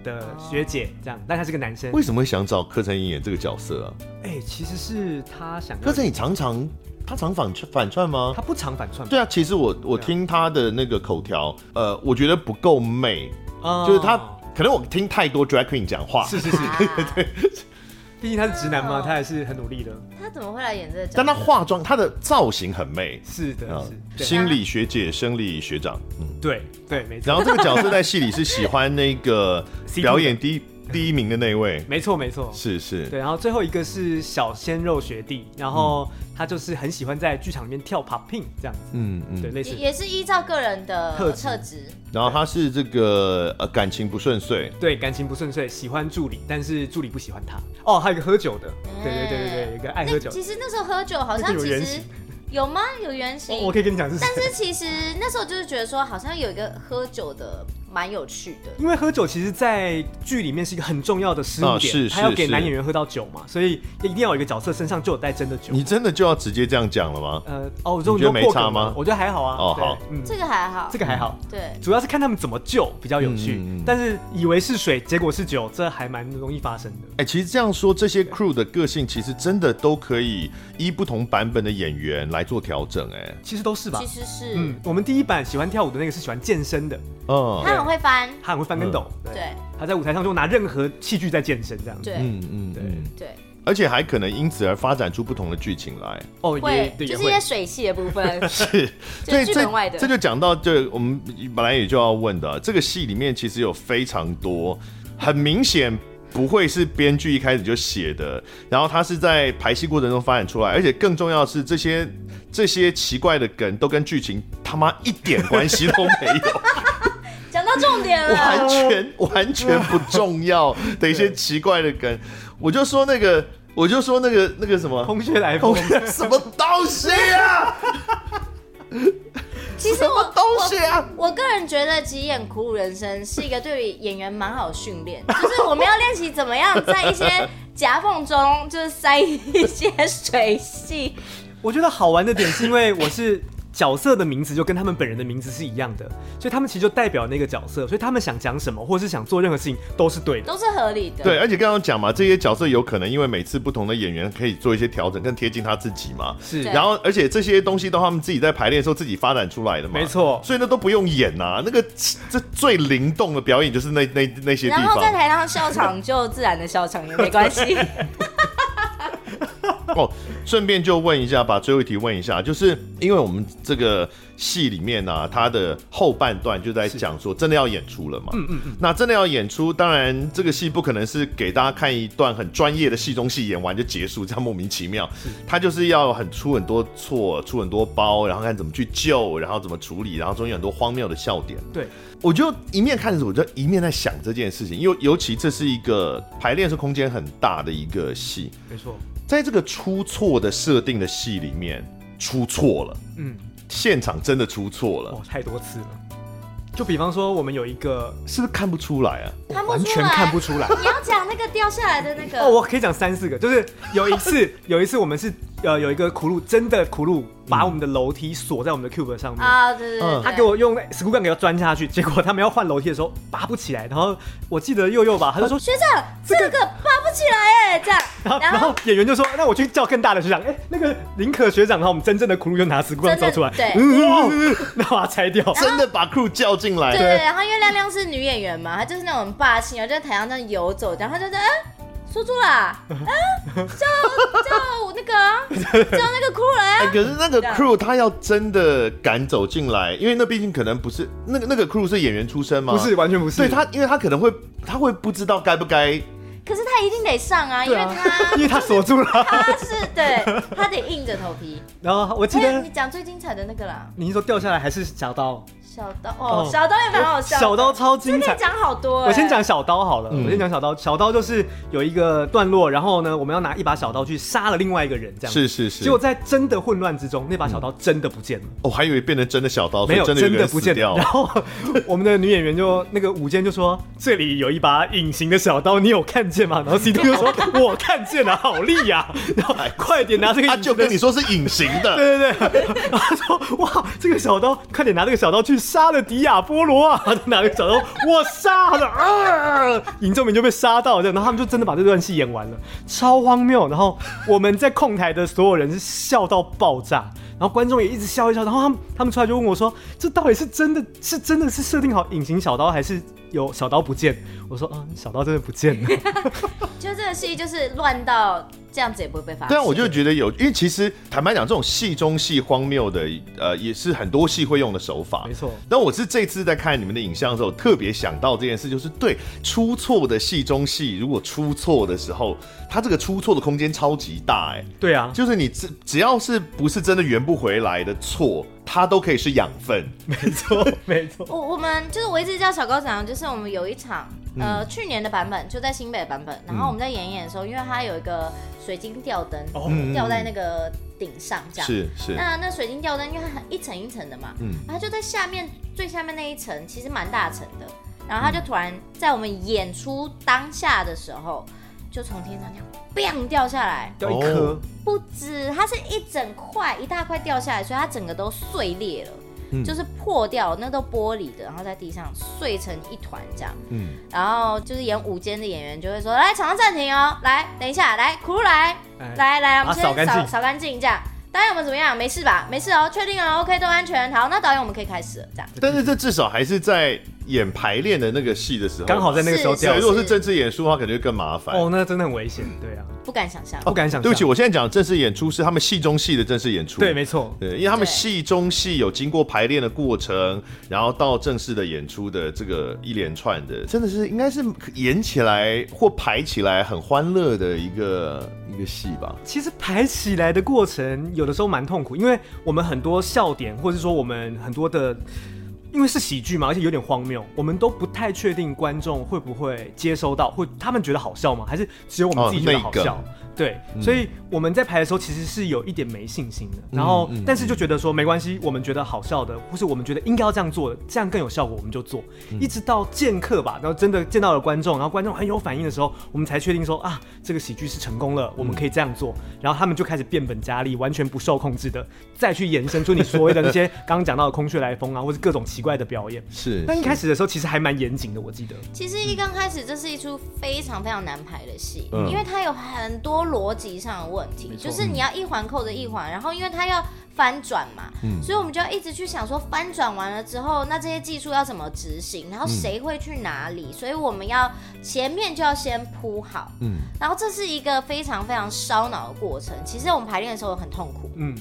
C: 的学姐这样，但他是个男生。
A: 为什么会想找柯晨颖演这个角色啊？
C: 哎，其实是他想要
A: 柯晨颖常常他常反串反串吗
C: 他？不常反串，
A: 对啊，其实我我
C: 对啊
A: 听他的那个口条，呃，我觉得不够媚，
C: 哦
A: 就是他可能我听太多 drag queen 讲话，
C: 是是 是，
B: 啊
C: 毕竟他是直男嘛，
B: 哦
C: 他还是很努力的。
B: 他怎么会来演这个角
A: 但
B: 色？
A: 他化妆，他的造型很媚
C: 是的
A: 啊，，
C: 是对
A: 心理学姐、生理学长，嗯，
C: 对对，没错
A: 然后这个角色在戏里是喜欢那个
C: C two
A: 表演第一第一名的那位，
C: 没错没错。
A: 是是，
C: 对，然后最后一个是小鲜肉学弟，然后他就是很喜欢在剧场里面跳 popping 这样子，
A: 嗯
C: 对，
A: 嗯，
C: 类
B: 也
C: 似
B: 也是依照个人的
C: 特质
B: 特质，
A: 然后他是这个呃感情不顺遂，
C: 对感情不顺遂，喜欢助理，但是助理不喜欢他。哦，还有一个喝酒的，对对对对对，有一个爱喝
B: 那
C: 酒的。
B: 其实那时候喝酒好
C: 那
B: 像
C: 个有
B: 其
C: 原
B: 实
C: 型
B: 有吗？有原型
C: 哦，我可以跟你讲是谁
B: 但是其实那时候就是觉得说，好像有一个喝酒的蛮有趣的，
C: 因为喝酒其实，在剧里面是一个很重要的失误
A: 啊
C: 点，
A: 是
C: 他要
A: 是
C: 给男
A: 是
C: 演员喝到酒嘛，所以一定要有一个角色身上就有带真的酒
A: 你。真的就要直接这样讲了吗？
C: 呃，哦，我就
A: 你觉得没
C: 破梗
A: 差
C: 了
A: 吗
C: 我觉得还好啊。
A: 哦
C: 对
A: 好，
C: 嗯，
B: 这个还好，
C: 这个还好。
B: 对。
C: 主要是看他们怎么救比较有趣，
A: 嗯嗯嗯
C: 但是以为是水，结果是酒，这还蛮容易发生的。
A: 哎、其实这样说，这些 crew 的个性其实真的都可以依不同版本的演员来做调整、哎，
C: 其实都是吧
B: 其。实是，
C: 嗯，我们第一版喜欢跳舞的那个是喜欢健身的，
A: 嗯
B: 他很会翻，
C: 他很会翻跟斗，
B: 嗯对
C: 他在舞台上就拿任何器具在健身这样子。
B: 对
A: 嗯
C: 对
B: 对，
A: 而且还可能因此而发展出不同的剧情 来。
C: 哦，也
B: 会
C: 对，
B: 就
C: 也
B: 是一些
C: 会。
B: 水系的部 分，
A: 是，
B: 就
A: 所以
B: 剧
A: 这
B: 本外的
A: 这就讲到这，我们本来也就要问的，啊这个戏里面其实有非常多，很明显。不会是编剧一开始就写的，然后他是在排戏过程中发展出来，而且更重要的是，这些这些奇怪的梗都跟剧情他妈一点关系都没有。
B: 讲到重点了，
A: 完全
B: 哦
A: 完全不重要的一些奇怪的梗，我就说那个，我就说那个那个什么，
C: 空穴来风，
B: 哦
A: 什么东西啊，
B: 其实
A: 什么
B: 我
A: 东西啊，
B: 我个人觉得《急眼苦鲁人生》是一个对于演员蛮好训练，就是我们要练习怎么样在一些夹缝中，就是塞一些水系，
C: 我觉得好玩的点是因为我是角色的名字就跟他们本人的名字是一样的，所以他们其实就代表那个角色，所以他们想讲什么或是想做任何事情都是对的。
B: 都是合理的。
A: 对，而且刚刚讲嘛，这些角色有可能因为每次不同的演员可以做一些调整，更贴近他自己嘛。
C: 是
B: 对
A: 然后，而且这些东西都他们自己在排练的时候自己发展出来的嘛。
C: 没错
A: 所以那都不用演呐、啊那个这最灵动的表演就是那那那些地
B: 然后在
A: 方
B: 台上笑场就自然的笑场也没关系。
A: 哦。顺便就问一下，把最后一题问一下，就是因为我们这个戏里面呢、啊，它的后半段就在讲说真的要演出了嘛。嗯嗯嗯。那真的要演出，当然这个戏不可能是给大家看一段很专业的戏中戏，演完就结束，这样莫名其妙。他就是要很出很多错，出很多包，然后看怎么去救，然后怎么处理，然后中间有很多荒谬的笑点。
C: 对，
A: 我就一面看着，我就一面在想这件事情，因为尤其这是一个排练是空间很大的一个戏，
C: 没错，
A: 在这个出错的设定的戏里面出错了，
C: 嗯，
A: 现场真的出错了
C: 哦，，太多次了。就比方说，我们有一个
A: 是不是看不出来啊？
B: 看不出来
C: 完全看不出来。
B: 你要讲那个掉下来的那个
C: 哦，我可以讲三四个，就是有一次，有一次我们是呃有一个苦路，真的苦路把我们的楼梯锁在我们的 cube 上面，
B: 啊，对对对
A: 嗯
B: 对，
C: 他给我用 screw gun 给他钻下去，结果他们要换楼梯的时候拔不起来，然后我记得佑佑吧，他就说，
B: 学长这个拔不起来哎，这样，
C: 然
B: 然后
C: 后演员就说，那我去叫更大的学长，哎、那个林可学长，然后我们真正的苦路就拿 screw gun
B: 真的
C: 找出来，
B: 对
C: 嗯，嗯嗯嗯然后把它拆掉，
A: 真的把 crew 叫进来
B: 对啊
A: 了，
B: 对，对然后因为亮亮是女演员嘛，她就是那种很霸气，然后就在台上这样游走，然后她就在嗯。说住啦，嗯，叫叫那个 啊叫那个哭
A: 哎、可
B: 人，
A: 是那个
B: 这样
A: crew 他要真的赶走进来，因为那毕竟可能不是那个那个 crew 是演员出身吗？
C: 不是，完全不是，
A: 对他，因为他可能会他会不知道该不该
B: 可是她一定得上啊，因
C: 对
B: 为
C: 啊
B: 她
C: 因为他锁住了，
B: 她是对她得硬着头皮。
C: 然后我记
B: 还有
C: 得
B: 你讲最精彩的那个啦，
C: 你是说掉下来还是小刀，
B: 小刀哦
C: 哦，
B: 小刀也蛮好笑的，
C: 小刀超精
B: 真
C: 彩
B: 的。讲好多。欸
C: 我先讲，小刀好了，
A: 嗯
C: 我先讲小刀。小刀就是有一个段落，然后呢，我们要拿一把小刀去杀了另外一个人，这样。
A: 是是是嗯
C: 结果在真的混乱之中，那把小刀真的不见了，
A: 哦，还以为变成真的小刀，所哦
C: 没
A: 以
C: 有，
A: 真的有
C: 真
A: 人
C: 的不
A: 死
C: 见了。
A: 掉
C: 然。后我们的女演员就那个午间就说：“这里有一把隐形的小刀，你有看见吗？”然后 C D 就说：“我看见了，好利呀、然后快点拿这个
A: 他
C: 隐
A: 啊就
C: 形的。
A: 跟你说是隐形的，
C: 对对啊对，然后他说哇，这个小刀，快点拿这个小刀去杀了迪亚波罗啊！他就拿个小刀，我杀了啊！尹正明就被杀到这样，然后他们就真的把这段戏演完了，超荒谬。然后我们在控台的所有人是笑到爆炸，然后观众也一直笑一笑，然后他们他们出来就问我说，这到底是真的是真的是设定好隐形小刀，还是有小刀不见？我说啊，小刀真的不 见了。
B: 就这个戏就是乱到这样子也不会被发现。
A: 但啊我就觉得有，因为其实坦白讲，这种戏中戏荒谬的，呃，也是很多戏会用的手法。
C: 没错
A: 那我是这次在看你们的影像的时候，特别想到这件事，就是对出错的戏中戏，如果出错的时候，它这个出错的空间超级大、哎，
C: 对 啊，
A: 就是你只只要是不是真的圆不回来的错，它都可以是养分。
C: 没错没错，
B: 我我们就是我一直叫小高讲，就是我们有一场呃
A: 嗯
B: 去年的版本就在新北的版本，然后我们在演一演的时候，因为它有一个水晶吊灯
C: 哦
B: 吊在那个顶上这样。
A: 是是，
B: 那那水晶吊灯，因为它很一层一层的嘛，
A: 嗯
B: 然后就在下面最下面那一层，其实蛮大层的。然
A: 嗯
B: 后它就突然在我们演出当下的时候，就从天上这样 b 掉下来，
C: 掉一颗。
A: 哦
B: 不止，它是一整块一大块掉下来，所以它整个都碎裂了，
A: 嗯
B: 就是破掉，那都玻璃的，然后在地上碎成一团这样。
A: 嗯，
B: 然后就是演午间的演员就会说：“来，场上暂停哦，来，等一下，来，苦路来，
C: 哎
B: 来来，我们
C: 把
B: 先
C: 它扫干
B: 扫
C: 净
B: 扫干净这样。”导演我们怎么样？没事吧？没事哦，确定哦，OK，都安全。好，那导演我们可以开始了，这样。
A: 但是这至少还是在演排练的那个戏的时候，
C: 刚好在那个时候
B: 是
C: 掉
A: 对，
C: 了。
A: 如果是正式演出的话，感觉更麻烦。
C: 哦，那真的很危险，对啊，
B: 不敢想象。
C: 不敢想象。
A: 对不起，我现在讲正式演出是他们戏中戏的正式演出。
C: 对，没错，
A: 对，因为他们
B: 对
A: 戏中戏有经过排练的过程，然后到正式的演出的这个一连串的，真的是应该是演起来或排起来很欢乐的一个一个戏吧。
C: 其实排起来的过程有的时候蛮痛苦，因为我们很多笑点，或者说我们很多的。因为是喜剧嘛，而且有点荒谬，我们都不太确定观众会不会接收到，会他们觉得好笑吗？还是只有我们自己觉得好笑？
A: 哦
C: 对，所以我们在排的时候其实是有一点没信心的，然后、但是就觉得说没关系，我们觉得好笑的，或是我们觉得应该要这样做的，这样更有效果，我们就做。一直到见客吧，然后真的见到了观众，然后观众很有反应的时候，我们才确定说啊，这个喜剧是成功了，我们可以这样做。然后他们就开始变本加厉，完全不受控制的再去延伸出你所谓的那些刚刚讲到的空穴来风啊，或是各种奇怪的表演。
A: 是
C: 那一开始的时候其实还蛮严谨的，我记得。
B: 其实一刚开始，这是一出非常非常难排的戏，
A: 嗯
B: 因为它有很多逻辑上的问题，就是你要一环扣着一环，然后因为它要翻转嘛，
A: 嗯
B: 所以我们就要一直去想说翻转完了之后，那这些技术要怎么执行，
A: 嗯
B: 然后谁会去哪里，所以我们要前面就要先铺好，
A: 嗯
B: 然后这是一个非常非常烧脑的过程。其实我们排练的时候很痛苦，
C: 嗯，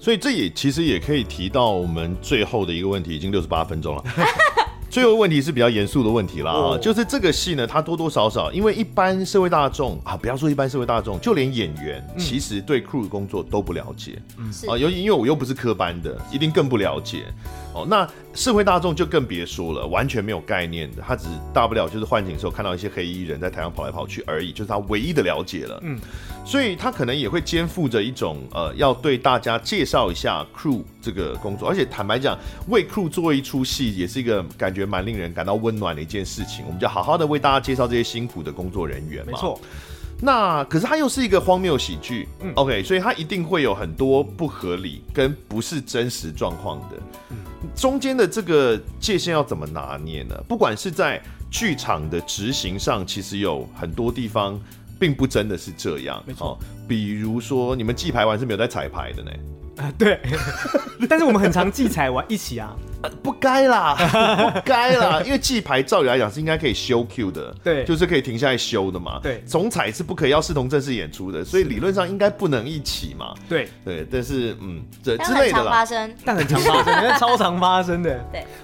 A: 所以这也其实也可以提到我们最后的一个问题，已经六十八分钟了。最后一个问题是比较严肃的问题啦，啊，
C: 哦
A: 就是这个戏呢，它多多少少，因为一般社会大众啊，不要说一般社会大众，就连演员其实对 crew 的工作都不了解，
B: 是
A: 啊，尤其因为我又不是科班的，一定更不了解。哦，那社会大众就更别说了，完全没有概念的，他只大不了就是幻景的时候看到一些黑衣人在台上跑来跑去而已，就是他唯一的了解了。嗯
C: 嗯，
A: 所以他可能也会肩负着一种呃，要对大家介绍一下 crew 这个工作，而且坦白讲，为 crew 做一出戏也是一个感觉蛮令人感到温暖的一件事情。我们就好好的为大家介绍这些辛苦的工作人员嘛。
C: 没错。
A: 那可是它又是一个荒谬喜剧、o
C: 嗯
A: k 所以它一定会有很多不合理跟不是真实状况的，
C: 嗯
A: 中间的这个界限要怎么拿捏呢？不管是在剧场的执行上，其实有很多地方并不真的是这样，
C: 没错
A: 哦比如说你们记牌完是没有在彩排的呢，
C: 啊、对。但是我们很常记彩玩一起啊，
A: 不该啦， 不该 啦，因为记牌照理来讲是应该可以休 Q 的，
C: 对
A: 就是可以停下来休的嘛，
C: 对
A: 总彩是不可以要视同正式演出的，所以理论上应该不能一起嘛，
C: 对。
A: 对，但是嗯，这
B: 但
A: 之
B: 很
A: 类的
B: 常发
A: 啦，
B: 生。
C: 但很常发生，那超常发生的。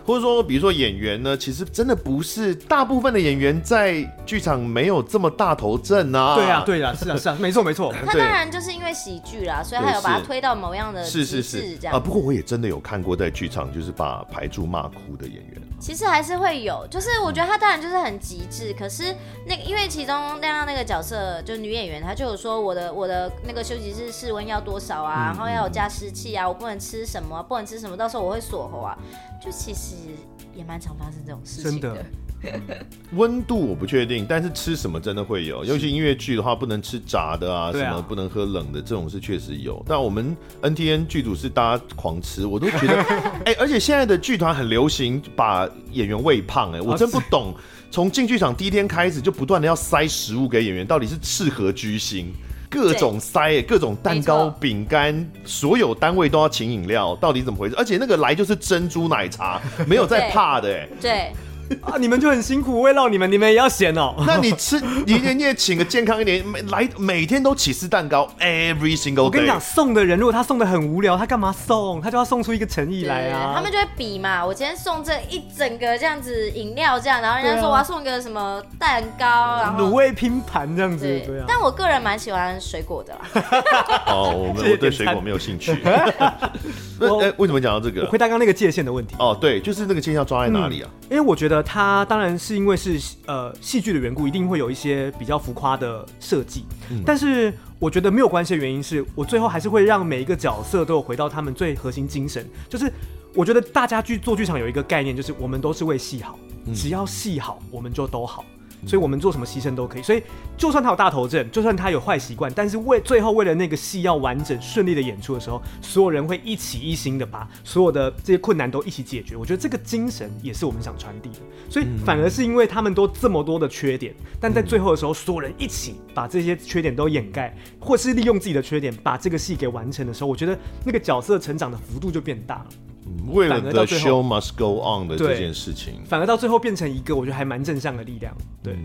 A: 或者说，比如说演员呢，其实真的不是大部分的演员在剧场没有这么大头阵啊。
C: 对啊，，对啊，是啊，是啊，没错，没 错。
B: 他
A: 对
B: 当然就是因为喜剧啦，所以他
A: 对
B: 有把它
A: 是
B: 推到某样的
A: 是是
B: 极致
A: 是
B: 呃这样
A: 啊。不过我也真的有看过在剧场就是把排柱骂哭的演员。
B: 其实还是会有，就是我
C: 嗯
B: 觉得他当然就是很极致，可是那个因为其中亮亮那个角色就女演员，她就有说我的我的那个休息室室温要多少啊，
C: 嗯
B: 然后要有加湿器啊，我不能吃什么，不能吃什么，到时候我会锁喉啊，就其实也蛮常发生这种事情
C: 真的
A: 温度我不确定，但是吃什么真的会有，尤其音乐剧的话，不能吃炸的啊，
C: 对
A: 什
C: 啊
A: 么不能喝冷的，这种是确实有。但我们 NTN 剧组是大家狂吃，我都觉得，哎、而且现在的剧团很流行把演员喂胖、哎，我
C: 啊
A: 真不懂，从进剧场第一天开始就不断的要塞食物给演员，到底是适合居心？各种塞、哎各种蛋糕、
B: 没错
A: 饼干，所有单位都要请饮料，到底怎么回事？而且那个来就是珍珠奶茶，没有在
B: 对
A: 怕的、哎。
B: 对，
C: 啊，你们就很辛苦，慰劳你们，你们也要闲 哦。
A: 那你吃，你你也请个健康一点， 每来每天都起司蛋糕，every single day。
C: 我跟你 讲，送的人如果他送的很无聊，他干嘛送？他就要送出一个诚意
B: 对
C: 来啊。
B: 他们就会比嘛，我今天送这一整个这样子饮料这样，然后人家
C: 对
B: 说
C: 啊
B: 我要送个什么蛋糕，然后。
C: 卤味拼盘这样子，
B: 对
C: 对啊，。
B: 但我个人蛮喜欢水果的啦，
A: 哦，我
C: 谢
A: 们
C: 谢
A: 我对
C: 点
A: 水
C: 餐
A: 果没有兴趣。 那
C: 我
A: 哎，为什么讲到这
C: 我
A: 个
C: 回？答刚刚那个界限的问题。
A: 哦，对，就是那个界限要抓在哪里啊？
C: 因为我觉得它当然是因为是呃戏剧的缘故，一定会有一些比较浮夸的设计，但是我觉得没有关系的原因是我最后还是会让每一个角色都有回到他们最核心精神，就是我觉得大家去做剧场有一个概念，就是我们都是为戏好，只要戏好，我们就都好。所以我们做什么牺牲都可以。所以就算他有大头症，就算他有坏习惯，但是为最后为了那个戏要完整顺利的演出的时候，所有人会一起一心的把所有的这些困难都一起解决。我觉得这个精神也是我们想传递的。所以反而是因为他们都这么多的缺点，但在最后的时候，所有人一起把这些缺点都掩盖，或是利用自己的缺点把这个戏给完成的时候，我觉得那个角色成长的幅度就变大了。
A: 嗯为了
C: 反而
A: the
C: 到最
A: show
C: 后
A: must go on 的这
C: 对
A: 件事情，
C: 反而到最后变成一个我觉得还蛮正向的力量，对，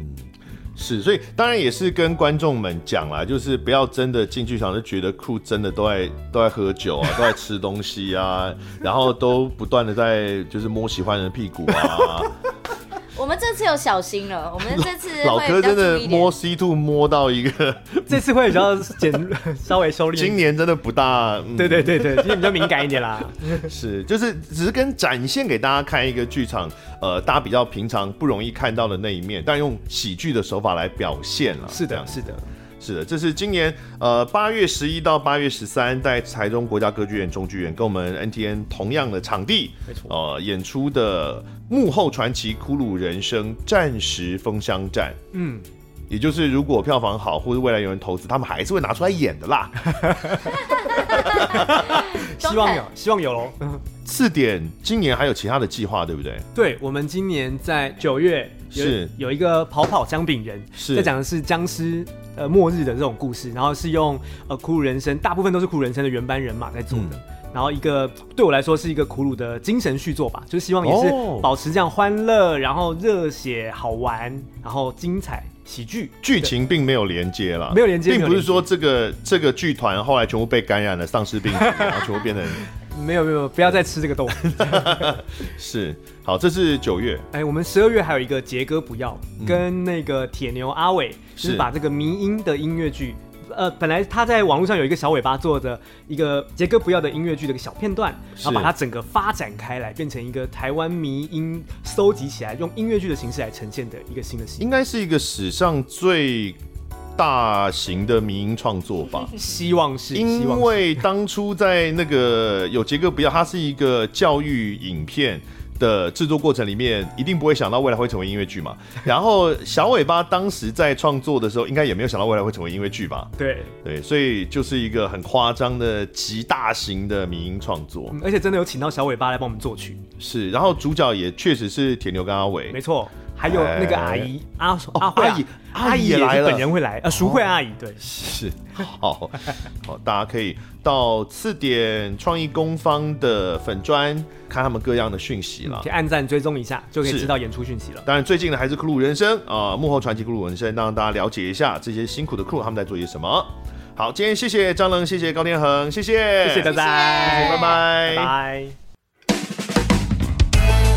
A: 是，所以当然也是跟观众们讲啦，就是不要真的进剧场就觉得酷，真的都在都在喝酒 啊，都在吃东 西啊，然后都不断的在就是摸喜欢人的屁股啊，
B: 我们这次有小心了，我们这次
A: 老
B: 会
A: 柯
B: 比较
A: 真
B: 注
A: 的
B: 意一
A: 摸
B: 点。
A: C two 摸到一个，
C: 这次会比较简， 稍微收敛。
A: 今年真的不大，嗯
C: 对对对对，今年比较敏感一点啦。
A: 是，就是只是跟展现给大家看一个剧场，呃，大家比较平常不容易看到的那一面，但用喜剧的手法来表现了。
C: 是
A: 这样
C: 的，是的，
A: 是的，这是今年呃八月十一到八月十三在台中国家歌剧院中剧院跟我们 NTN 同样的场地，
C: 没错
A: 呃演出的幕后传奇《骷髅人生》暂时封箱战。
C: 嗯，
A: 也就是，如果票房好，或者未来有人投资，他们还是会拿出来演的啦。
C: 希望有，希望有嗯喽。
A: 四点，今年还有其他的计划，对不对？
C: 对，我们今年在九月有
A: 是
C: 有一个跑跑姜饼人，
A: 是
C: 在讲的是僵尸呃末日的这种故事，然后是用呃苦鲁人生，大部分都是苦鲁人生的原班人马在做的。然后一个对我来说是一个苦鲁的精神续作吧，就是希望也是
A: 哦
C: 保持这样欢乐，然后热血好玩，然后精彩喜剧。
A: 剧情并没有连接啦，
C: 没有连接没
A: 并
C: 有
A: 不是
C: 连接
A: 说这个这个剧团后来全部被感染了丧尸病毒， 然后全部变成
C: 没有没有，不要再吃这个豆腐。
A: 是好，这是九月，
C: 哎，我们十二月还有一个杰哥不要，跟那个铁牛阿伟，就是是把这个迷音的音乐剧，呃，本来他在网络上有一个小尾巴做的一个杰哥不要的音乐剧的一个小片段，然后
A: 是
C: 把它整个发展开来，变成一个台湾迷音搜集起来，用音乐剧的形式来呈现的一个新的戏。
A: 应该是一个史上最大型的民营创作吧。
C: 希望 是，希
A: 因
C: 望是，
A: 为当初在那个有杰哥不要，它是一个教育影片的制作过程里面，一定不会想到未来会成为音乐剧嘛。然后小尾巴当时在创作的时候，应该也没有想到未来会成为音乐剧吧？
C: 对，
A: 对，所以就是一个很夸张的极大型的民营创作，
C: 嗯而且真的有请到小尾巴来帮我们作曲，
A: 是。然后主角也确实是铁牛跟阿伟
C: 没，错，还有那个阿姨阿阿慧
A: 阿姨
C: 啊
A: 阿
C: 阿
A: 姨
C: 姨
A: 也
C: 也
A: 来
C: 是
A: 了
C: 本人会来，呃，淑慧阿姨，对，
A: 是好好，大家可以到次点创意工坊的粉砖看他们各样的讯息啦
C: 可以。按赞追踪一下，就可以
A: 是
C: 知道演出讯息了。
A: 当然，最近的还是《酷鲁人生》啊、幕后传奇《酷鲁人生》，让大家了解一下这些辛苦的酷鲁他们在做些什么。好，今天谢谢张能，谢谢高天恒，谢谢，
C: 谢谢，
A: 拜
B: 谢
C: 拜
B: 谢
A: 拜
C: 拜，拜拜。